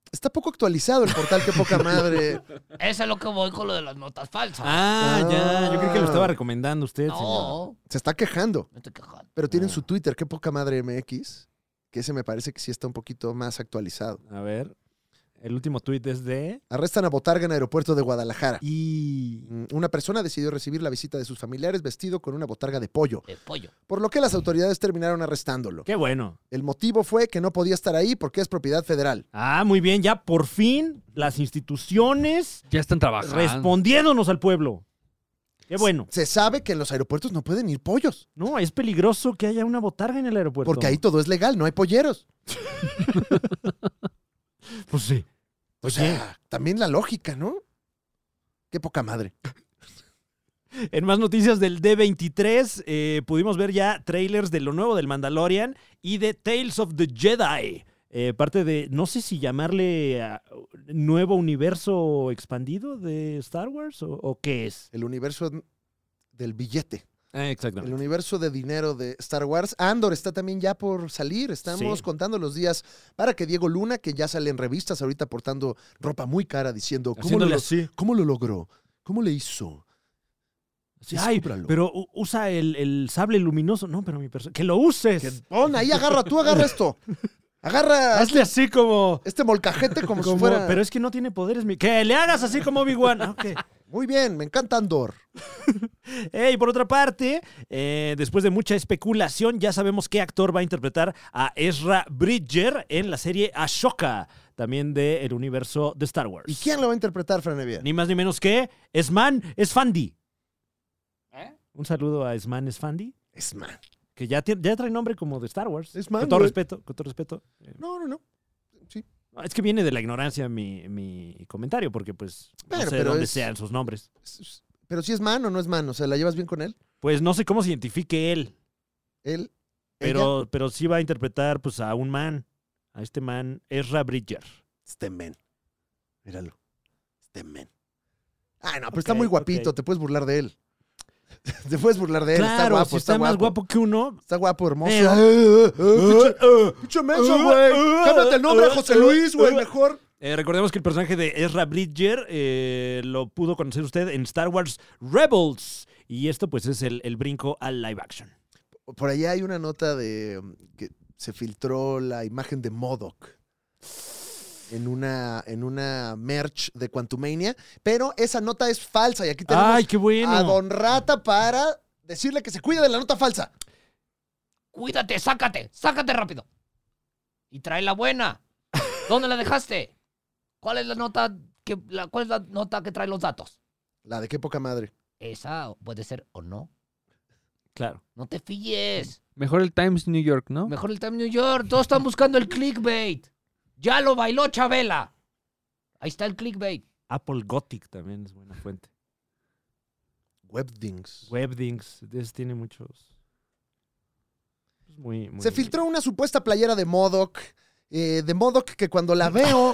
está poco actualizado el portal, qué poca madre. Eso es lo que voy con lo de las notas falsas. Ah, ya, yo creo que lo Ah. estaba recomendando usted, señor. no, Se está quejando, no te quejas. pero tienen Ah. su Twitter, qué poca madre MX, que ese me parece que sí está un poquito más actualizado. A ver, el último tuit es de... Arrestan a Botarga en aeropuerto de Guadalajara. Y... Mm, Una persona decidió recibir la visita de sus familiares vestido con una botarga de pollo, El Eh, pollo. por lo que las autoridades terminaron arrestándolo. Qué bueno. El motivo fue que no podía estar ahí porque es propiedad federal. Ah, muy bien, ya por fin las instituciones Ya están trabajando. respondiéndonos al pueblo. Qué bueno. Se sabe que en los aeropuertos no pueden ir pollos. No, es peligroso que haya una botarga en el aeropuerto. Porque ahí todo es legal, no hay polleros. Pues sí. O sea, también la lógica, ¿no? Qué poca madre. En más noticias del D23, eh, pudimos ver ya trailers de lo nuevo del Mandalorian y de Tales of the Jedi. Eh, parte de, no sé si llamarle ah, nuevo universo expandido de Star Wars o, o qué es. El universo del billete, el Eh, exactamente. universo de dinero de Star Wars. Andor está también ya por salir. Estamos Sí. contando los días para que Diego Luna, que ya sale en revistas ahorita portando ropa muy cara, diciendo cómo, lo, Haciéndole así. cómo lo logró, cómo le hizo. Sí, ay, Descúbralo. pero u- usa el, el sable luminoso. No, pero mi persona. ¡Que lo uses! Que- pon ahí, agarra, tú agarra esto. Agarra Hazle así como. este molcajete como, como- si fuera. Pero es que no tiene poderes. mi- Que le hagas así como Obi-Wan. Ah, ok. Muy bien, me encanta Andor. Eh, Y por otra parte, eh, después de mucha especulación, ya sabemos qué actor va a interpretar a Ezra Bridger en la serie Ashoka, también del universo de Star Wars. ¿Y quién lo va a interpretar, Franevia? Ni más ni menos que Esman Esfandi. Un saludo a Esman Esfandi, Es man. que ya, tiene- ya trae nombre como de Star Wars. Esman, con todo güey. respeto, con todo respeto. Eh, No, no, no. no, Es que viene de la ignorancia mi, mi comentario, porque pues no Pero- sé de pero dónde es- sean sus nombres. S- s- Pero si es man o no es man, o sea, ¿la llevas bien con él? Pues no sé cómo se identifique él. Él. ella, Pero, pero sí va a interpretar pues a un man, a este man, Ezra Bridger. Este men. Míralo. Este men. Ay, no, Ah, pero está muy Ok, guapito. ok. Te puedes burlar de él. te puedes burlar de él. está claro, guapo, si está, está, más guapo que uno. Está guapo, hermoso. Eh, Eh, eh, eh, eh, pinche menso, güey. Cámbiate el nombre, José Luis, güey, mejor. Eh, recordemos que el personaje de Ezra Bridger eh, lo pudo conocer usted en Star Wars Rebels. Y esto, pues, es el, el brinco al live action. Por allá hay una nota de um, que se filtró la imagen de Modoc en una, en una merch de Quantumania, pero esa nota es falsa y aquí tenemos ¡Ay, qué bueno! a Don Rata para decirle que se cuide de la nota falsa. Cuídate, sácate, sácate rápido. Y trae la buena. ¿Dónde la dejaste? ¿Cuál es la nota que la, cuál es la nota que trae los datos? La de qué poca madre. Esa puede ser o no. Claro. No te fíes. Mejor el Times New York, ¿no? Mejor el Time New York. Todos están buscando el clickbait. Ya lo bailó Chabela. Ahí está el clickbait. Apple Gothic también es buena fuente. Webdings. Webdings, de esos tiene muchos. Es muy, muy- Se filtró una supuesta playera de Modoc, eh, de Modoc que cuando la veo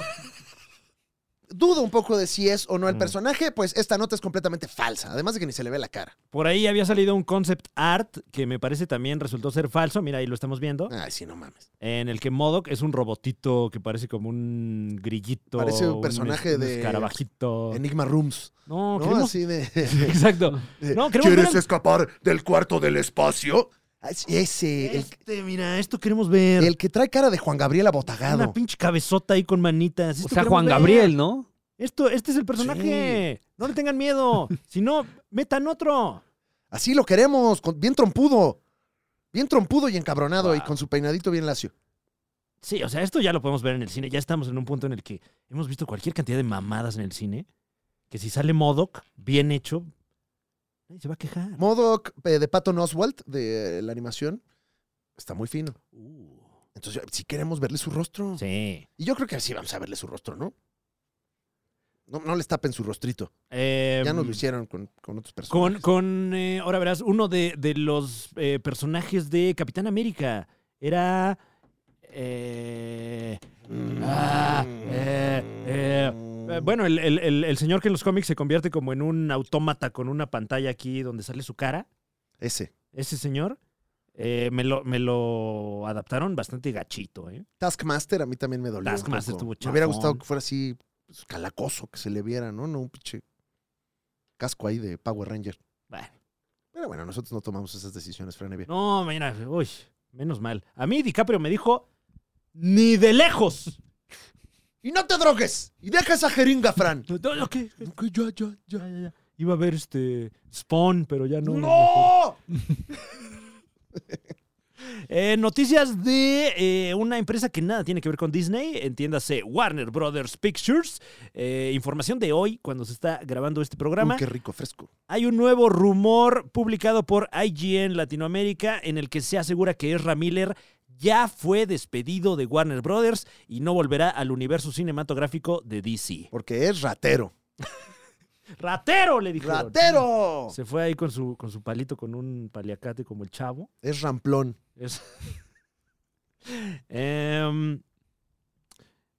dudo un poco de si es o no el Mm. personaje, pues esta nota es completamente falsa, además de que ni se le ve la cara. Por ahí había salido un concept art que me parece también resultó ser falso. Mira, ahí lo estamos viendo. Ay, sí, no mames. En el que Modoc es un robotito que parece como un grillito. Parece un es- personaje de- escarabajito. Enigma Rooms. No, ¿no? queremos- Así de. Exacto. No, queremos ver al- escapar del cuarto del espacio? Así, Ese, el, Este, mira, esto queremos ver. el que trae cara de Juan Gabriel Una abotagado. pinche cabezota ahí con manitas. O Esto sea, queremos Juan ver. Gabriel, ¿no? Esto, este es el personaje. No le tengan miedo. si no, metan otro. Así lo queremos, con- bien trompudo. Bien trompudo y encabronado y con su peinadito bien lacio. Sí, o sea, esto ya lo podemos ver en el cine. Ya estamos en un punto en el que hemos visto cualquier cantidad de mamadas en el cine. Que si sale Modoc, bien hecho, nadie se va a quejar. Modoc eh, de Patton Oswalt, de eh, la animación, está muy fino. Entonces, si queremos verle su rostro. Uh. Sí. Y yo creo que sí vamos a verle su rostro, ¿no? No, no les tapen su rostrito. Eh, Ya nos lo hicieron con, con otros Con, personajes. con eh, ahora verás, uno de, de los eh, personajes de Capitán América era. eh, ah, eh, eh, eh, Mm, bueno, el, el- el- el señor que en los cómics se convierte como en un autómata con una pantalla aquí donde sale su cara. Ese. Ese señor eh, me, lo, me lo adaptaron bastante gachito, ¿eh? Taskmaster a mí también me dolió. un Taskmaster poco. estuvo Me hubiera chafón. gustado que fuera así pues, calacoso, que se le viera, ¿no? No un pinche casco ahí de Power Ranger. Bueno. Pero bueno, nosotros no tomamos esas decisiones, Franevia. No, mira, uy, menos mal. A mí DiCaprio me dijo, ni de lejos. Y no te drogues. Y deja esa jeringa, Fran. No, no, ¿qué? Ah, Ya, ya, ya. Iba a ver este Spawn, pero ya no. ¡No! Eh, noticias de eh, una empresa que nada tiene que ver con Disney, entiéndase Warner Brothers Pictures. Eh, información de hoy, cuando se está grabando este programa. Uy, qué rico, fresco. Hay un nuevo rumor publicado por IGN Latinoamérica en el que se asegura que Ezra Miller ya fue despedido de Warner Brothers y no volverá al universo cinematográfico de DC. Porque es ratero. ¡Ratero! le dijeron. ¡Ratero! Se fue ahí con su, con su palito, con un paliacate como el chavo. Es ramplón. Es- Em,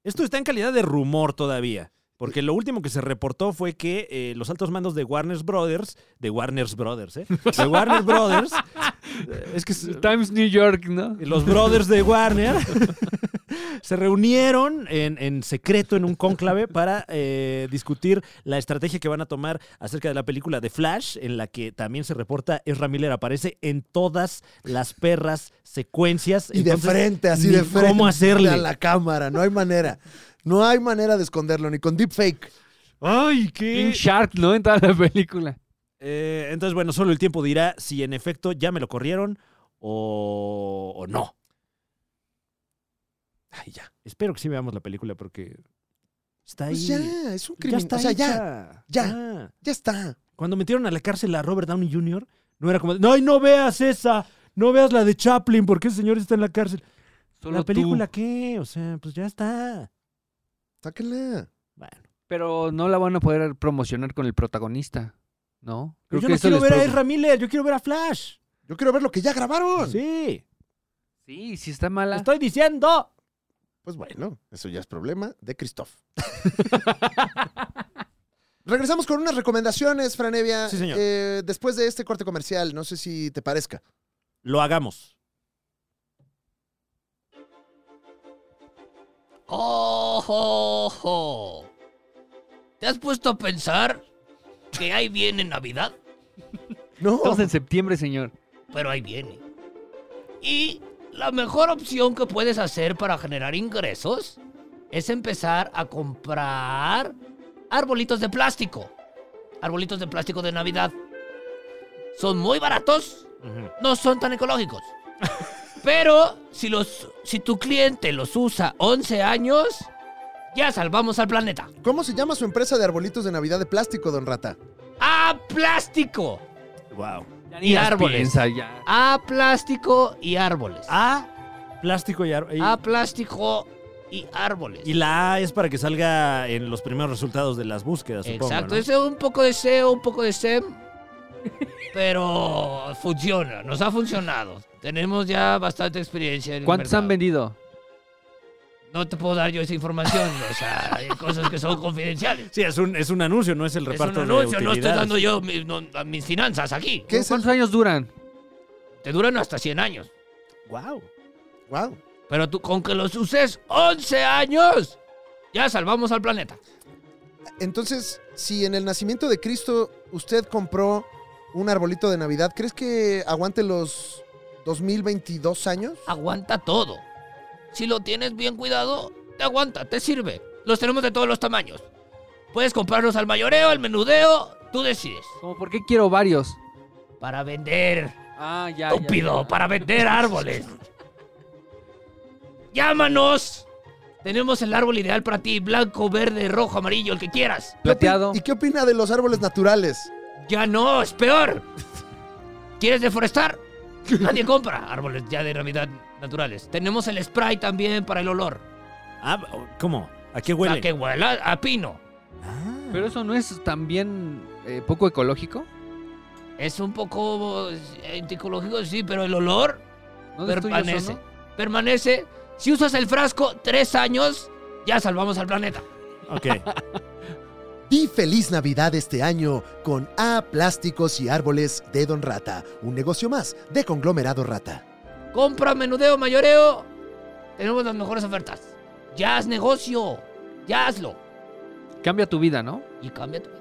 esto está en calidad de rumor todavía. Porque lo último que se reportó fue que eh, los altos mandos de Warner Brothers, de Warner Brothers, ¿eh? De Warner Brothers, eh, es que es- Times New York, ¿no? los brothers de Warner se reunieron en, en secreto en un cónclave para eh, discutir la estrategia que van a tomar acerca de la película de Flash, en la que también se reporta Ezra Miller aparece en todas las perras secuencias. Y de Entonces, frente, así ni de frente. ¿Cómo hacerle? A la cámara. No hay manera. No hay manera de esconderlo, ni con deepfake. Ay, King Shark, ¿no? En toda la película. Eh, entonces, bueno, solo el tiempo dirá si en efecto ya me lo corrieron o, o no. Ay, ya. Espero que sí veamos la película porque está ahí. Pues ya, es un Ya crimen. está O sea, ya, hecha. Ah. ya. ya está. Cuando metieron a la cárcel a Robert Downey Jr., no era como, no, no veas esa, no veas la de Chaplin, porque ese señor está en la cárcel. Solo ¿La tú. película qué? O sea, pues ya está. Sáquenla. Bueno, Pero no la van a poder promocionar con el protagonista, ¿no? pero yo que no eso quiero les ver a preocupa. Ezra Miller, yo quiero ver a Flash. Yo quiero ver lo que ya grabaron. Sí, Sí, sí está mala. estoy diciendo. Pues bueno, eso ya es problema de Christoph. Regresamos con unas recomendaciones, Franevia. Sí, señor. Eh, después de este corte comercial, no sé si te parezca. Lo hagamos. ¡Oh, oh, oh! ¿Te has puesto a pensar que ahí viene Navidad? No. Estamos en septiembre, señor. pero ahí viene. Y la mejor opción que puedes hacer para generar ingresos es empezar a comprar arbolitos de plástico. Arbolitos de plástico de Navidad. Son muy baratos, no son tan ecológicos. Pero si, los, si tu cliente los usa 11 años, ya salvamos al planeta. ¿Cómo se llama su empresa de arbolitos de Navidad de plástico, don Rata? ¡A plástico! Wow. ni Ah, las piensa, ya. ¡A plástico y árboles! Ah, A, plástico y ar- y- a plástico y árboles. Y la A es para que salga en los primeros resultados de las búsquedas, supongo. Exacto, ¿no? es un poco de SEO, un poco de SEM, pero funciona, nos ha funcionado. Tenemos ya bastante experiencia en el ¿Cuántos han mercado. vendido? No te puedo dar yo esa información, o sea, hay cosas que son confidenciales. Sí, es un, es un anuncio, no es el Es reparto un anuncio, de no estoy utilidades. dando yo mi- no, a mis finanzas aquí. ¿Qué es el- ¿Cuántos años duran? Te duran hasta 100 años, Wow. Wow. pero tú con que los uses 11 años, ya salvamos al planeta. Entonces, si en el nacimiento de Cristo usted compró un arbolito de Navidad, ¿crees que aguante los 2022 años? aguanta todo. Si lo tienes bien cuidado, te aguanta, te sirve. Los tenemos de todos los tamaños. Puedes comprarlos al mayoreo, al menudeo, tú decides. Como, ¿por qué quiero varios? Para vender, Ah, ya. ya, estúpido, ya. para vender árboles. Llámanos. Tenemos el árbol ideal para ti, blanco, verde, rojo, amarillo, el que quieras. Plateado. ¿Y qué opina de los árboles naturales? Ya no, es peor. ¿Quieres deforestar? Nadie compra árboles ya de Navidad naturales. Tenemos el spray también para el olor. Ah, ¿cómo? ¿A qué Para huele? que huela a pino. Ah. Pero eso no es también eh, poco ecológico. Es un poco eh, anticológico, sí, pero el olor ¿No destruye permanece. ozono? Permanece. Si usas el frasco tres años, ya salvamos al planeta. Ok. Di feliz Navidad este año con A Plásticos y Árboles de Don Rata, un negocio más de Conglomerado Rata. Compra, menudeo, mayoreo. Tenemos las mejores ofertas. Ya haz negocio. Ya hazlo. Cambia tu vida, ¿no? Y cambia tu vida.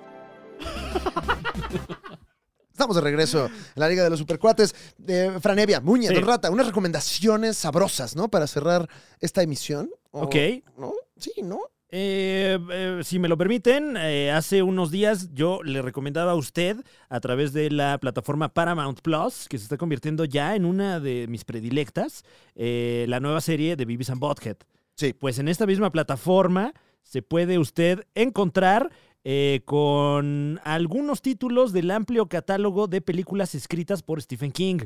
Estamos de regreso en la Liga de los Supercuates. Eh, Franevia, Muñe, Sí. Don Rata, unas recomendaciones sabrosas, ¿no? Para cerrar esta emisión. O- Ok. ¿No? Sí, ¿no? Eh, eh, si me lo permiten, eh, hace unos días yo le recomendaba a usted a través de la plataforma Paramount Plus, que se está convirtiendo ya en una de mis predilectas, eh, la nueva serie de Beavis and Butthead. Sí. Pues en esta misma plataforma se puede usted encontrar eh, con algunos títulos del amplio catálogo de películas escritas por Stephen King.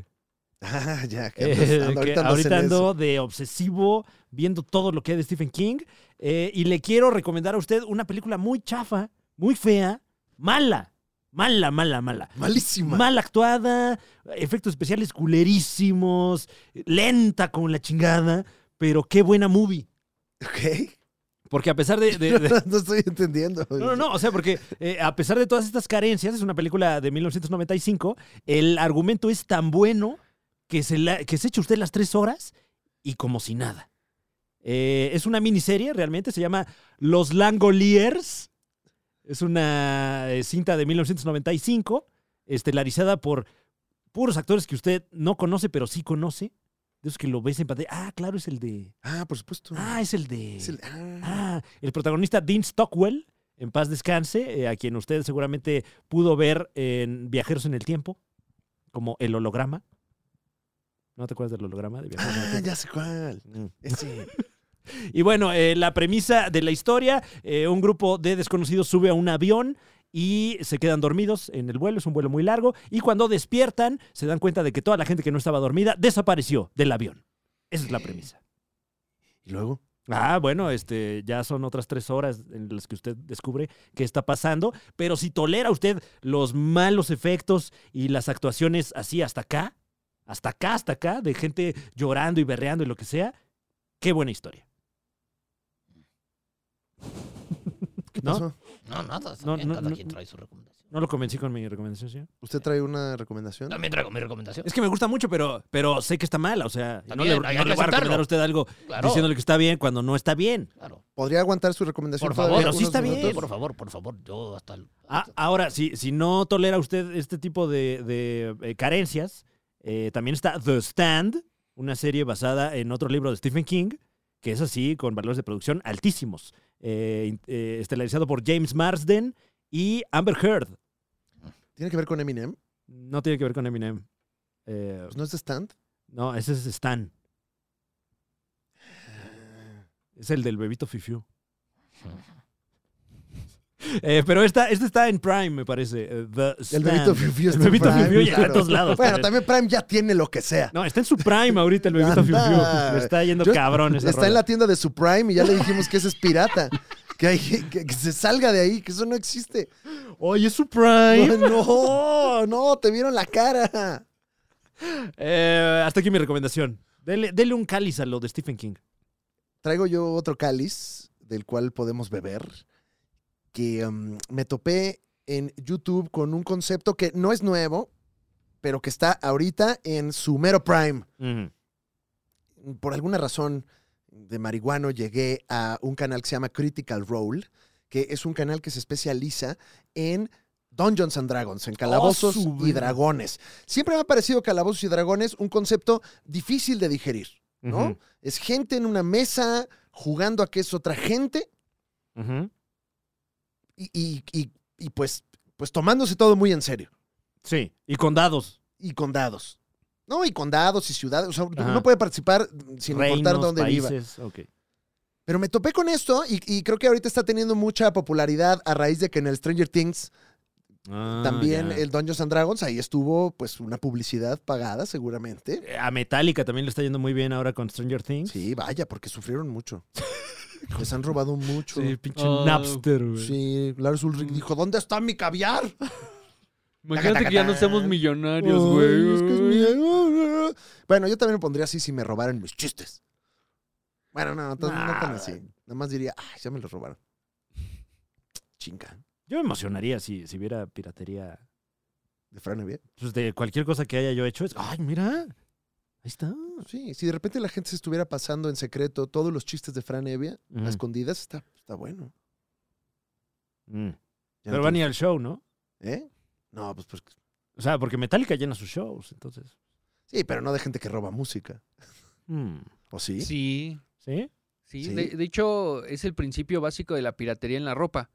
Ah, ya, que Eh, pues, ando- que ahorita andas en ahorita eso. ando de obsesivo viendo todo lo que hay de Stephen King. eh, y le quiero recomendar a usted una película muy chafa, muy fea, mala. Mala, mala, mala. Malísima. Mal actuada, efectos especiales culerísimos, lenta como la chingada, pero qué buena movie. Ok. Porque a pesar de- de- de, no estoy entendiendo. No, no, no, o sea, porque eh, a pesar de todas estas carencias, es una película de 1995, el argumento es tan bueno que se, la, que se echa usted las tres horas y como si nada. Eh, es una miniserie, realmente, se llama Los Langoliers. Es una eh, cinta de 1995, estelarizada este, por puros actores que usted no conoce, pero sí conoce. De esos que lo ves en pantalla. Ah, claro, es el de... Ah, por supuesto. Ah, es el de... Es el- ah. Ah, el protagonista Dean Stockwell, en paz descanse, eh, a quien usted seguramente pudo ver en Viajeros en el Tiempo, como el holograma. ¿No te acuerdas del holograma de Viajeros en el Ah, Tiempo? ya sé cuál. Ese. Y bueno, eh, la premisa de la historia, eh, un grupo de desconocidos sube a un avión y se quedan dormidos en el vuelo, es un vuelo muy largo, y cuando despiertan se dan cuenta de que toda la gente que no estaba dormida desapareció del avión. Esa es la premisa. Y luego. Ah, bueno, este, ya son otras tres horas en las que usted descubre qué está pasando, pero si tolera usted los malos efectos y las actuaciones así hasta acá, hasta acá, hasta acá, de gente llorando y berreando y lo que sea, qué buena historia. pasó? No, nada. está No, bien, no, cada no. quien trae su recomendación. No lo convencí con mi recomendación, señor. ¿Usted trae una recomendación? También traigo mi recomendación. Es que me gusta mucho, pero, pero sé que está mal. O sea, no También, le, hay- no le voy hay que a aceptarlo. recomendar a usted algo Claro. diciéndole que está bien cuando no está bien. Claro. ¿Podría aguantar su recomendación? Por todavía favor, sí unos está bien. minutos? Por favor, por favor. Yo hasta el. Ah, ahora, si, si no tolera usted este tipo de, de, eh, carencias, eh, también está The Stand, una serie basada en otro libro de Stephen King, que es así, con valores de producción altísimos, eh, in- eh, estelarizado por James Marsden y Amber Heard. ¿Tiene que ver con Eminem? No tiene que ver con Eminem. Eh, Pues ¿No es de Stand? no, ese es Stan. Es el del bebito Fifiu. Eh, pero esta, esta está en Prime, me parece. eh, The El Stand. bebito Fiu-Fiu El bebito Fiu-Fiu ya está en claro. todos lados. Bueno, también. también Prime ya tiene lo que sea. No, está en su prime ahorita el bebito Fiu Anda. Fiu. Le está yendo Yo- cabrón esa Está en rola. la tienda de su Prime y ya le dijimos que ese es pirata. Que, hay- que- que se salga de ahí, que eso no existe. Oye, es su prime. No, no, te vieron la cara. Eh, hasta aquí mi recomendación. Dele, dele un cáliz a lo de Stephen King. Traigo yo otro cáliz del cual podemos beber. Que um, me topé en YouTube con un concepto que no es nuevo, pero que está ahorita en su mero Prime. por alguna razón de marihuano llegué a un canal que se llama Critical Role, que es un canal que se especializa en Dungeons and Dragons, en calabozos su y vida. dragones. Siempre me ha parecido calabozos y dragones un concepto difícil de digerir, ¿no? Ujú, Es gente en una mesa jugando a que es otra gente ujú. y, y- y- y pues, pues tomándose todo muy en serio Sí, y con dados. y con dados. No, y con dados y ciudades. O sea, Ajá. uno puede participar sin importar reinos, dónde viva. países. ok. Pero me topé con esto y, y creo que ahorita está teniendo mucha popularidad a raíz de que en el Stranger Things, Ah, también ya. el Dungeons and Dragons, ahí estuvo pues una publicidad pagada seguramente. A Metallica también le está yendo muy bien ahora con Stranger Things. Sí, vaya, porque sufrieron mucho. Les han robado mucho. Sí, Sí. pinche Ah, Napster, güey. Lars Ulrich dijo, ¿dónde está mi caviar? Imagínate que ya no seamos millonarios, Ay, güey. es que es mío. Bueno, yo también me pondría así si me robaran mis chistes. Bueno, no, tan- no tan Nah. así. Nada más diría, ay, ya me los robaron. Chinga, Yo me emocionaría si, si viera piratería. de Fran Evia. Pues de cualquier cosa que haya yo hecho es. ¡Ay, mira! Ahí está. Pues Sí, si de repente la gente se estuviera pasando en secreto todos los chistes de Fran Evia, Mm, a escondidas, está, está bueno. mm. Ya Pero no van a ir al show, ¿no? te- ¿Eh? No, pues, pues- O sea, porque Metallica llena sus shows, entonces. Sí, pero no de gente que roba música. Mm. ¿O sí? Sí, ¿Sí? sí. Sí. De, de hecho, es el principio básico de la piratería en la ropa.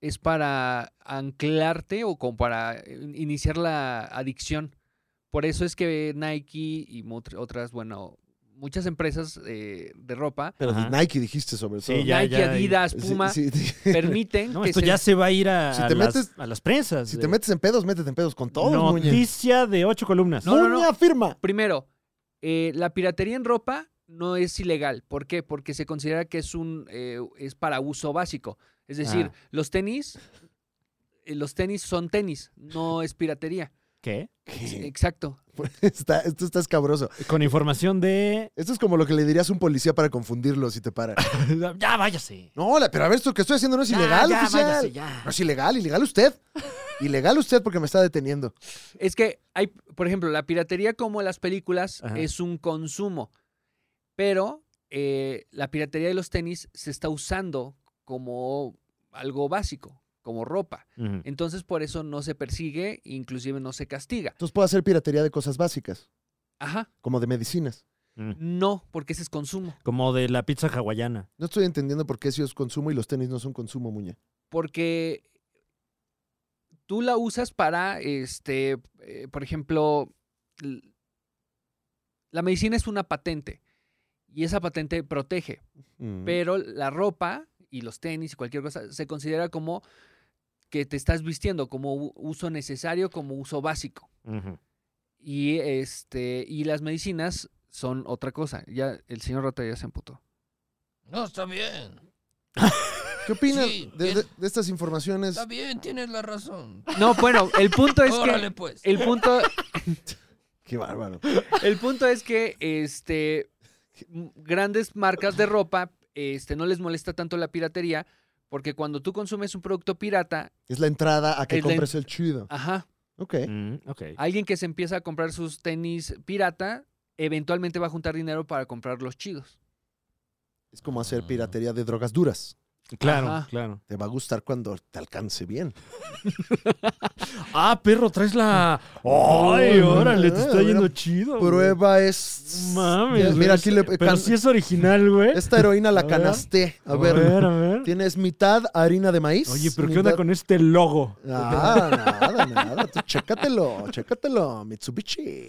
Es para anclarte o como para eh, iniciar la adicción. Por eso es que Nike y mot- otras, bueno, muchas empresas eh, de ropa, Pero de Ajá. Nike dijiste sobre todo. Sí, ya, Nike, ya, y- Adidas, Sí, Puma, sí, sí. permiten No, que esto se- ya se va a ir a, Si a te las, metes- a las prensas. Si de- te metes en pedos, métete en pedos con todos, Muñe. Noticia de ocho columnas. No, no, no. Muñe, afirma. Primero, eh, la piratería en ropa no es ilegal. ¿Por qué? Porque se considera que es un eh, es para uso básico. Es decir, Ah. los tenis, eh, los tenis son tenis, no es piratería. ¿Qué? ¿Qué? Exacto. Está- esto está escabroso. Con información de. Esto es como lo que le dirías a un policía para confundirlo si te para. ya váyase. No, la- pero a ver, esto que estoy haciendo no es Ya, ilegal, ya, oficial. váyase, ya. No es ilegal, ilegal usted. Ilegal usted porque me está deteniendo. Es que hay, por ejemplo, la piratería como las películas Ajá. es un consumo, pero eh, la piratería de los tenis se está usando como algo básico, como ropa. Ujú. Entonces por eso no se persigue, inclusive no se castiga. Entonces puedo hacer piratería de cosas básicas, Ajá. como de medicinas. Mm. No, porque ese es consumo. Como de la pizza hawaiana. No estoy entendiendo por qué si es consumo y los tenis no son consumo, muñe. Porque tú la usas para, este, eh, por ejemplo, l- la medicina es una patente y esa patente protege, Mm. pero la ropa y los tenis y cualquier cosa se considera como que te estás vistiendo, como u- uso necesario, como uso básico. Ujú. Y, este, y las medicinas son otra cosa. Ya el señor Rata ya se emputó. No, está bien. ¿Qué opinan Sí, de, bien. de- de estas informaciones? Está bien, tienes la razón. No, bueno, el punto es Órale, que... pues. El punto, Qué bárbaro. El punto es que este m- grandes marcas de ropa este no les molesta tanto la piratería Porque cuando tú consumes un producto pirata, Es la entrada a que Es la compres el chido. ajá, Ok. Mm, ok. alguien que se empieza a comprar sus tenis pirata, eventualmente va a juntar dinero para comprar los chidos. Es como hacer piratería de drogas duras. Claro, Ajá. claro. Te va a gustar cuando te alcance bien. Ah, perro, traes la. ¡Ay, órale! Te está Ah, yendo bueno, chido. güey. Prueba es. Mames. Mira, güey. aquí le. Pero can- si es original, güey. Esta heroína A la ver. canasté. A A ver. ver, a ver. Tienes mitad harina de maíz. Oye, pero ¿qué onda mitad- con este logo? Ah, nada, nada. Tú chécatelo, chécatelo. Mitsubishi.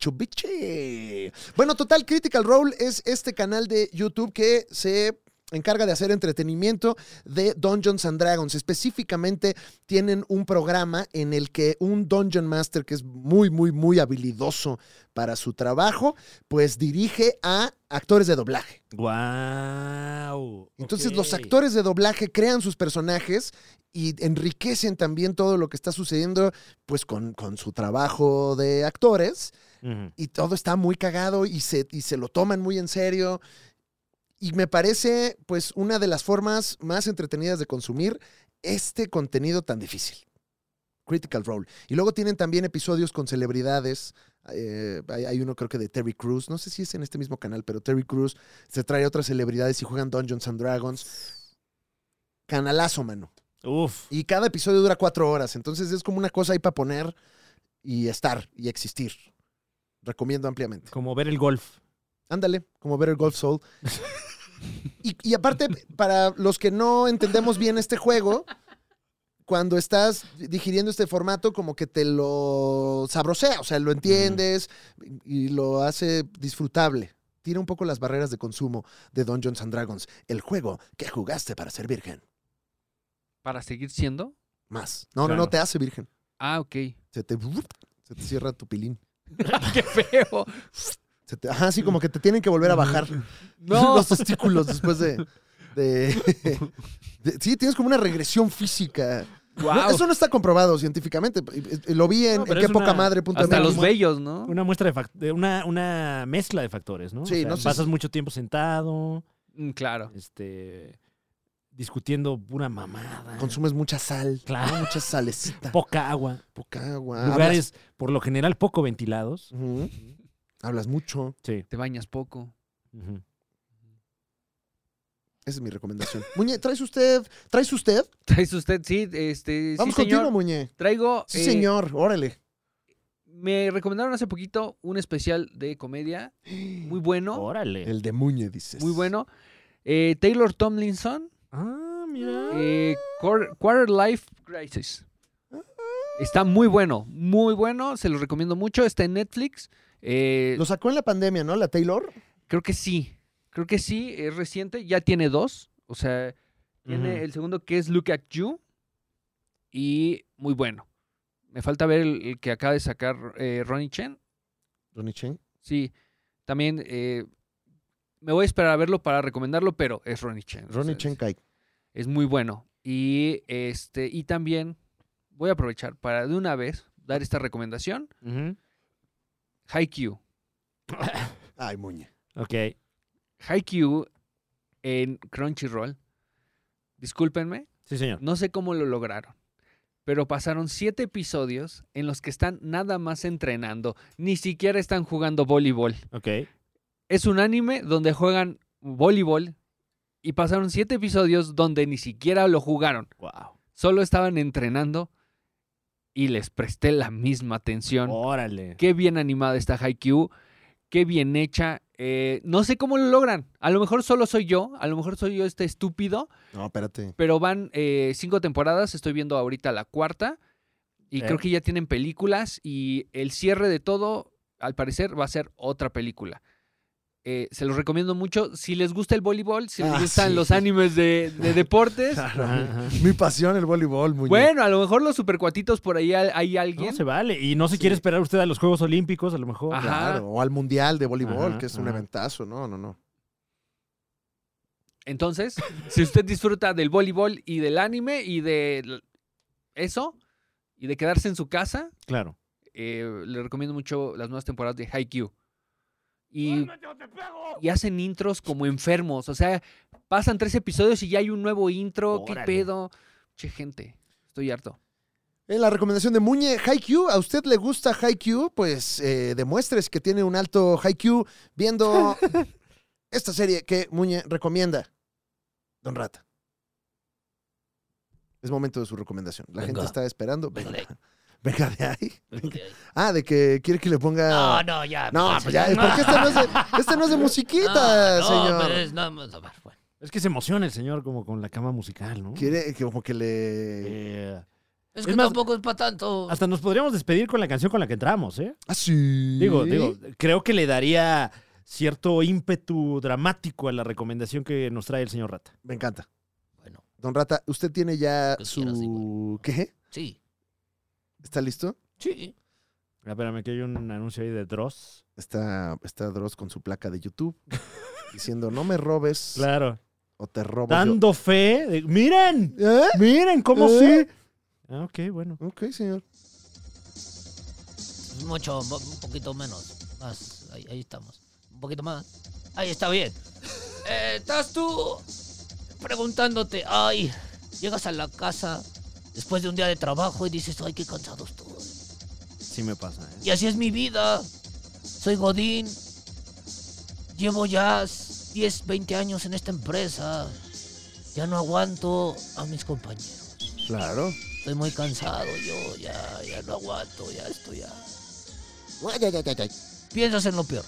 Mitsubishi. Bueno, total, Critical Role es este canal de YouTube que se encarga de hacer entretenimiento de Dungeons and Dragons. Específicamente tienen un programa en el que un Dungeon Master que es muy, muy, muy habilidoso para su trabajo, pues dirige a actores de doblaje. ¡Guau! Entonces ok. los actores de doblaje crean sus personajes y enriquecen también todo lo que está sucediendo pues con, con su trabajo de actores Ujú. y todo está muy cagado y se, y se lo toman muy en serio. Y me parece pues una de las formas más entretenidas de consumir este contenido tan difícil. Critical Role. Y luego tienen también episodios con celebridades. Eh, hay, hay uno creo que de Terry Crews. No sé si es en este mismo canal, pero Terry Crews se trae otras celebridades y juegan Dungeons and Dragons. Canalazo, mano. Uf. Y cada episodio dura cuatro horas. Entonces es como una cosa ahí para poner y estar y existir. Recomiendo ampliamente. Como ver el golf. Ándale, como ver el Golf Soul. Y, y aparte, para los que no entendemos bien este juego, cuando estás digiriendo este formato, como que te lo sabrosea, o sea, lo entiendes y lo hace disfrutable. Tira un poco las barreras de consumo de Dungeons and Dragons, el juego que jugaste para ser virgen. Para seguir siendo. Más. No, no, Claro. no te hace virgen. Ah, ok. Se te, se te cierra tu pilín. ¡Qué feo! Se te- ajá, sí, como que te tienen que volver a bajar. No. los testículos después de, de- de- Sí, tienes como una regresión física. Wow. No, eso no está comprobado científicamente. Eh, eh, Lo vi en, No, pero en qué es poca una- madre. Hasta los bellos, ¿no? Una muestra de fac- de una, una mezcla de factores, ¿no? Sí, no sé Pasas si- mucho tiempo sentado, Mm, Claro. este, discutiendo pura mamada. Consumes mucha sal. Claro. ¿no? Mucha salecita. Poca agua. poca agua. Hablas, lugares, por lo general, poco ventilados. Ujú. Hablas mucho. Sí. Te bañas poco. Ujú. Esa es mi recomendación. Muñe, ¿traes usted? ¿Traes usted? ¿Traes usted? Sí, este. Vamos sí, contigo, señor. Muñe. Traigo. Sí, eh, señor. Órale. Me recomendaron hace poquito un especial de comedia muy bueno. Órale. El de Muñe, dices. Muy bueno. Eh, Taylor Tomlinson, Ah, mira. eh, Quar- Quarter Life Crisis. Está muy bueno, muy bueno. Se los recomiendo mucho. Está en Netflix. eh, Lo sacó en la pandemia, ¿no? La Taylor. Creo que sí. Creo que sí. Es reciente. Ya tiene dos. O sea, tiene Ujú. el segundo que es Look at You. Y muy bueno. Me falta ver el, el que acaba de sacar eh, Ronnie Chen. Ronnie Cheng. Sí, también eh, me voy a esperar a verlo para recomendarlo, pero es Ronnie Chen. o Ronnie sea, Cheng es- Kai. Es muy bueno. Y este, y también voy a aprovechar para de una vez dar esta recomendación. Ujú. Haikyuu. Ay, Muñe. Ok. Haikyuu en Crunchyroll. Discúlpenme, Sí, señor. no sé cómo lo lograron. Pero pasaron siete episodios en los que están nada más entrenando. Ni siquiera están jugando voleibol. Ok. Es un anime donde juegan voleibol y pasaron siete episodios donde ni siquiera lo jugaron. Wow. Solo estaban entrenando y les presté la misma atención. Oh. Órale. Qué bien animada está Haikyuu. Qué bien hecha. Eh, no sé cómo lo logran. A lo mejor solo soy yo. A lo mejor soy yo este estúpido. No, espérate. Pero van eh, cinco temporadas. Estoy viendo ahorita la cuarta. Y Eh. creo que ya tienen películas. Y el cierre de todo, al parecer, va a ser otra película. Eh, se los recomiendo mucho. Si les gusta el voleibol, si les Ah, gustan sí. los animes de, de deportes. Ajá, ajá. Mi pasión, el voleibol, Muñe. bueno, a lo mejor los supercuatitos por ahí hay- hay No alguien. se vale. Y no se quiere esperar usted a los Juegos Olímpicos, a lo mejor. Ajá. Claro, o al Mundial de Voleibol, Ajá, que es un ajá. eventazo. No, no, no. Entonces, si usted disfruta del voleibol y del anime y de l- eso, y de quedarse en su casa, Claro. eh, le recomiendo mucho las nuevas temporadas de Haikyuu. Y, y hacen intros como enfermos. O sea, pasan tres episodios y ya hay un nuevo intro. Órale. ¿Qué pedo? Che, gente, estoy harto. En Eh, la recomendación de Muñe, Haikyuu, ¿a usted le gusta Haikyuu? Pues eh, demuestres que tiene un alto Haikyuu viendo esta serie que Muñe recomienda. Don Rata. Es momento de su recomendación. La gente Venga. está esperando. Venga de Venga, venga de ahí. Ok. Ah, de que quiere que le ponga... No, no, ya. No, pues ya, porque este no es de, este no es de musiquita, no, señor. pero es- no, no, no, bueno. Es que se emociona el señor como con la cama musical, ¿no? Quiere que como que le... Eh, Es Es que más- tampoco es para tanto. hasta nos podríamos despedir con la canción con la que entramos, ¿eh? Ah, sí. Digo, digo, creo que le daría cierto ímpetu dramático a la recomendación que nos trae el señor Rata. Me encanta. Bueno, Don Rata, ¿usted tiene ya Que quieras, su... ¿Qué? sí. ¿Está listo? Sí. Ah, Espérame, que hay un anuncio ahí de Dross. Está, está Dross con su placa de YouTube diciendo, no me robes Claro. o te robo Dando fe. de- ¡Miren! yo". ¿Eh? ¡Miren cómo ¿Eh? sí! Ah, ok, bueno. Ok, señor. Es mucho, mo- un poquito menos. Más, ahí, ahí estamos. Un poquito más. Ahí está bien. Eh, estás tú preguntándote, ay, llegas a la casa después de un día de trabajo y dices, ay, qué cansado estoy. Sí me pasa, ¿eh? Y así es mi vida. Soy Godín. Llevo ya 10, 20 años en esta empresa. Ya no aguanto a mis compañeros. Claro. Estoy muy cansado, yo ya, ya no aguanto, ya estoy ya. Ay, ay, ay, ay, ay. Piensas en lo peor.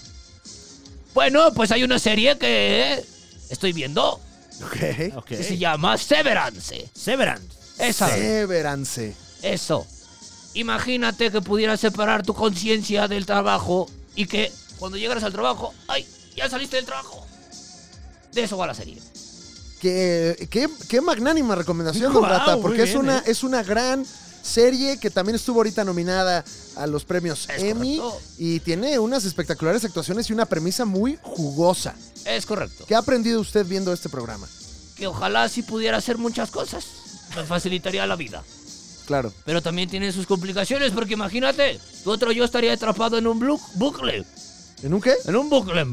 Bueno, pues hay una serie que eh, estoy viendo. Ok. Ok. que se llama Severance. Severance. Esa. Severance. Eso. Imagínate que pudieras separar tu conciencia del trabajo y que cuando llegaras al trabajo, ¡ay! Ya saliste del trabajo. De eso va la serie. Qué, qué- qué magnánima recomendación, Don Guau, Rata, muy porque es, bien, una, ¿eh? es una gran serie que también estuvo ahorita nominada a los premios Es Emmy correcto. y tiene unas espectaculares actuaciones y una premisa muy jugosa. Es correcto. ¿Qué ha aprendido usted viendo este programa? Que ojalá sí pudiera hacer muchas cosas. Me facilitaría la vida. Claro. Pero también tiene sus complicaciones porque imagínate, tu otro yo estaría atrapado en un blu- bucle. ¿En un qué? En un bucle.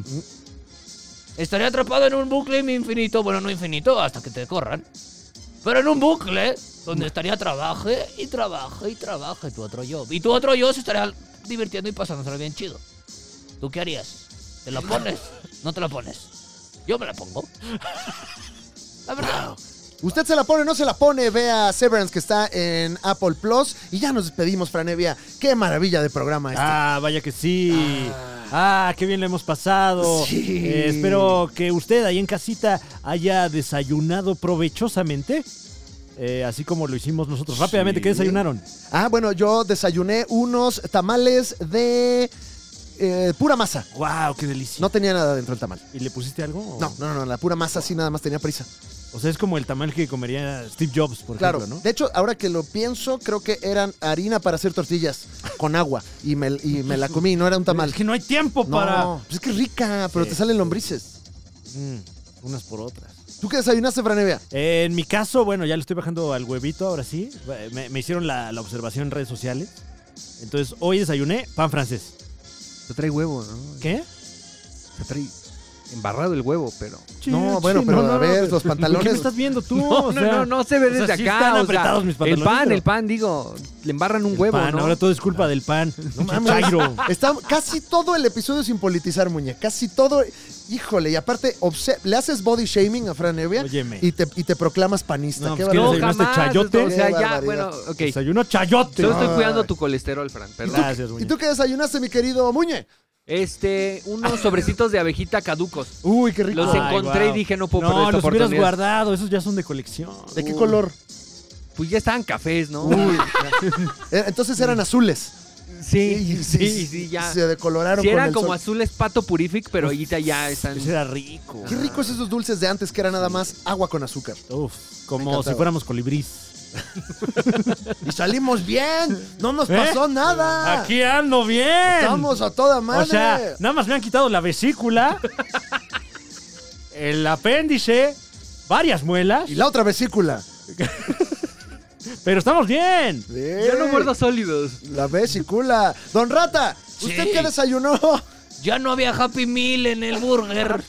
Estaría atrapado en un bucle infinito, bueno, no infinito, hasta que te corran. Pero en un bucle donde estaría trabaje y trabaje y trabaje tu otro yo. Y tu otro yo se estaría divirtiendo y pasándoselo bien chido. ¿Tú qué harías? ¿Te la pones? ¿No te la pones? Yo me la pongo. La verdad. Usted se la pone, no se la pone, vea Severance que está en Apple Plus y ya nos despedimos, Franevia. Qué maravilla de programa este. Ah, vaya que sí. Ah, qué bien le hemos pasado. Sí. Eh, espero que usted ahí en casita haya desayunado provechosamente. eh, así como lo hicimos nosotros. Rápidamente, ¿qué Sí. desayunaron? Ah, bueno, yo desayuné unos tamales de eh, pura masa. ¡Wow! ¡Qué delicia! No tenía nada dentro del tamal. ¿Y le pusiste algo? o- No, no, no, la pura masa sí nada más tenía prisa. O sea, es como el tamal que comería Steve Jobs, por Claro. ejemplo, ¿no? De hecho, ahora que lo pienso, creo que eran harina para hacer tortillas con agua y me, y me la comí, no era un tamal. Es que no hay tiempo para. No, pues es que es rica, pero Sí. te salen lombrices. Mm, unas por otras. ¿Tú qué desayunaste, Franevia? Eh, en mi caso, bueno, ya le estoy bajando al huevito, ahora sí. Eh, Me, me hicieron la, la observación en redes sociales. Entonces, hoy desayuné pan francés. Se trae huevo, ¿no? ¿Qué? Se trae embarrado el huevo, pero... No, bueno, pero a ver, pues, los ¿Por qué me pantalones. estás viendo tú? No, O no, sea, no, no se ve o sea, desde sí acá. están o sea, apretados mis el pantalones, pan, pero- el pan, digo, le embarran un el huevo, pan, ¿no? Ahora todo es culpa del pan. No Ah. mames. Chairo. Está casi todo el episodio sin politizar, muñeca. Casi todo. Híjole, y aparte, obse- le haces body shaming a Fran Evia Óyeme. y te, y te proclamas panista. No, Qué pues, ¿qué No, barbaridad. desayunaste jamás. chayote? O sea, Qué ya, barbaridad. eh. bueno, ok. Desayuno chayote. Yo estoy Ay. cuidando tu colesterol, Fran, perdón. Gracias, ¿Y muñe. tú qué desayunaste, mi querido Muñe? Este, unos sobrecitos de abejita caducos. Uy, qué rico. Los Ay, encontré guau. y dije, no puedo perder No, esta los hubieras oportunidad. guardado. Esos ya son de colección. ¿De qué color? Pues ya estaban cafés, ¿no? Eh, Entonces eran azules. sí, sí, sí, ya. Se decoloraron Si con eran el como sol. azules pato purific, pero ahorita ya están. Ese era rico. Qué ricos esos dulces de antes que era nada más agua con azúcar. Uf, Me como encantaba. si fuéramos colibrís. Y salimos bien. No nos ¿Eh? pasó nada. Aquí ando bien. Ah. Estamos a toda madre. O sea, nada más me han quitado la vesícula, el apéndice, varias muelas, y la otra vesícula. pero estamos bien. Yo no muerdo sólidos. La vesícula. Don Rata, ¿usted Sí. qué desayunó? Ya no había Happy Meal en el burger.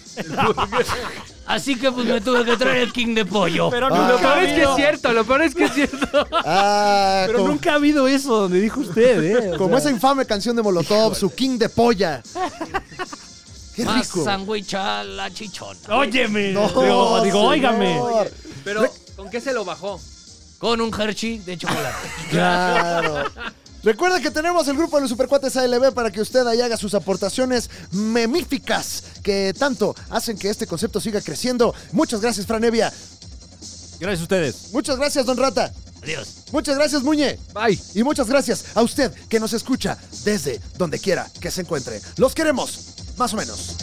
Así que pues me tuve que traer el King de Pollo. Pero Ah. Lo nunca, ha peor es que es habido, cierto, lo peor es que es cierto. Ah, pero como, nunca ha habido eso donde dijo usted, ¿eh? O como sea, esa infame canción de Molotov, su king de polla. Qué Más rico. sándwich a la chichona. Óyeme. No, digo, digo, señor. óigame. Pero, ¿con qué se lo bajó? Con un Hershey de chocolate. Claro. Recuerda que tenemos el grupo de los Supercuates ALB para que usted ahí haga sus aportaciones memíficas que tanto hacen que este concepto siga creciendo. Muchas gracias, Franevia. Gracias a ustedes. Muchas gracias, Don Rata. Adiós. Muchas gracias, Muñe. Bye. Y muchas gracias a usted que nos escucha desde donde quiera que se encuentre. Los queremos, más o menos.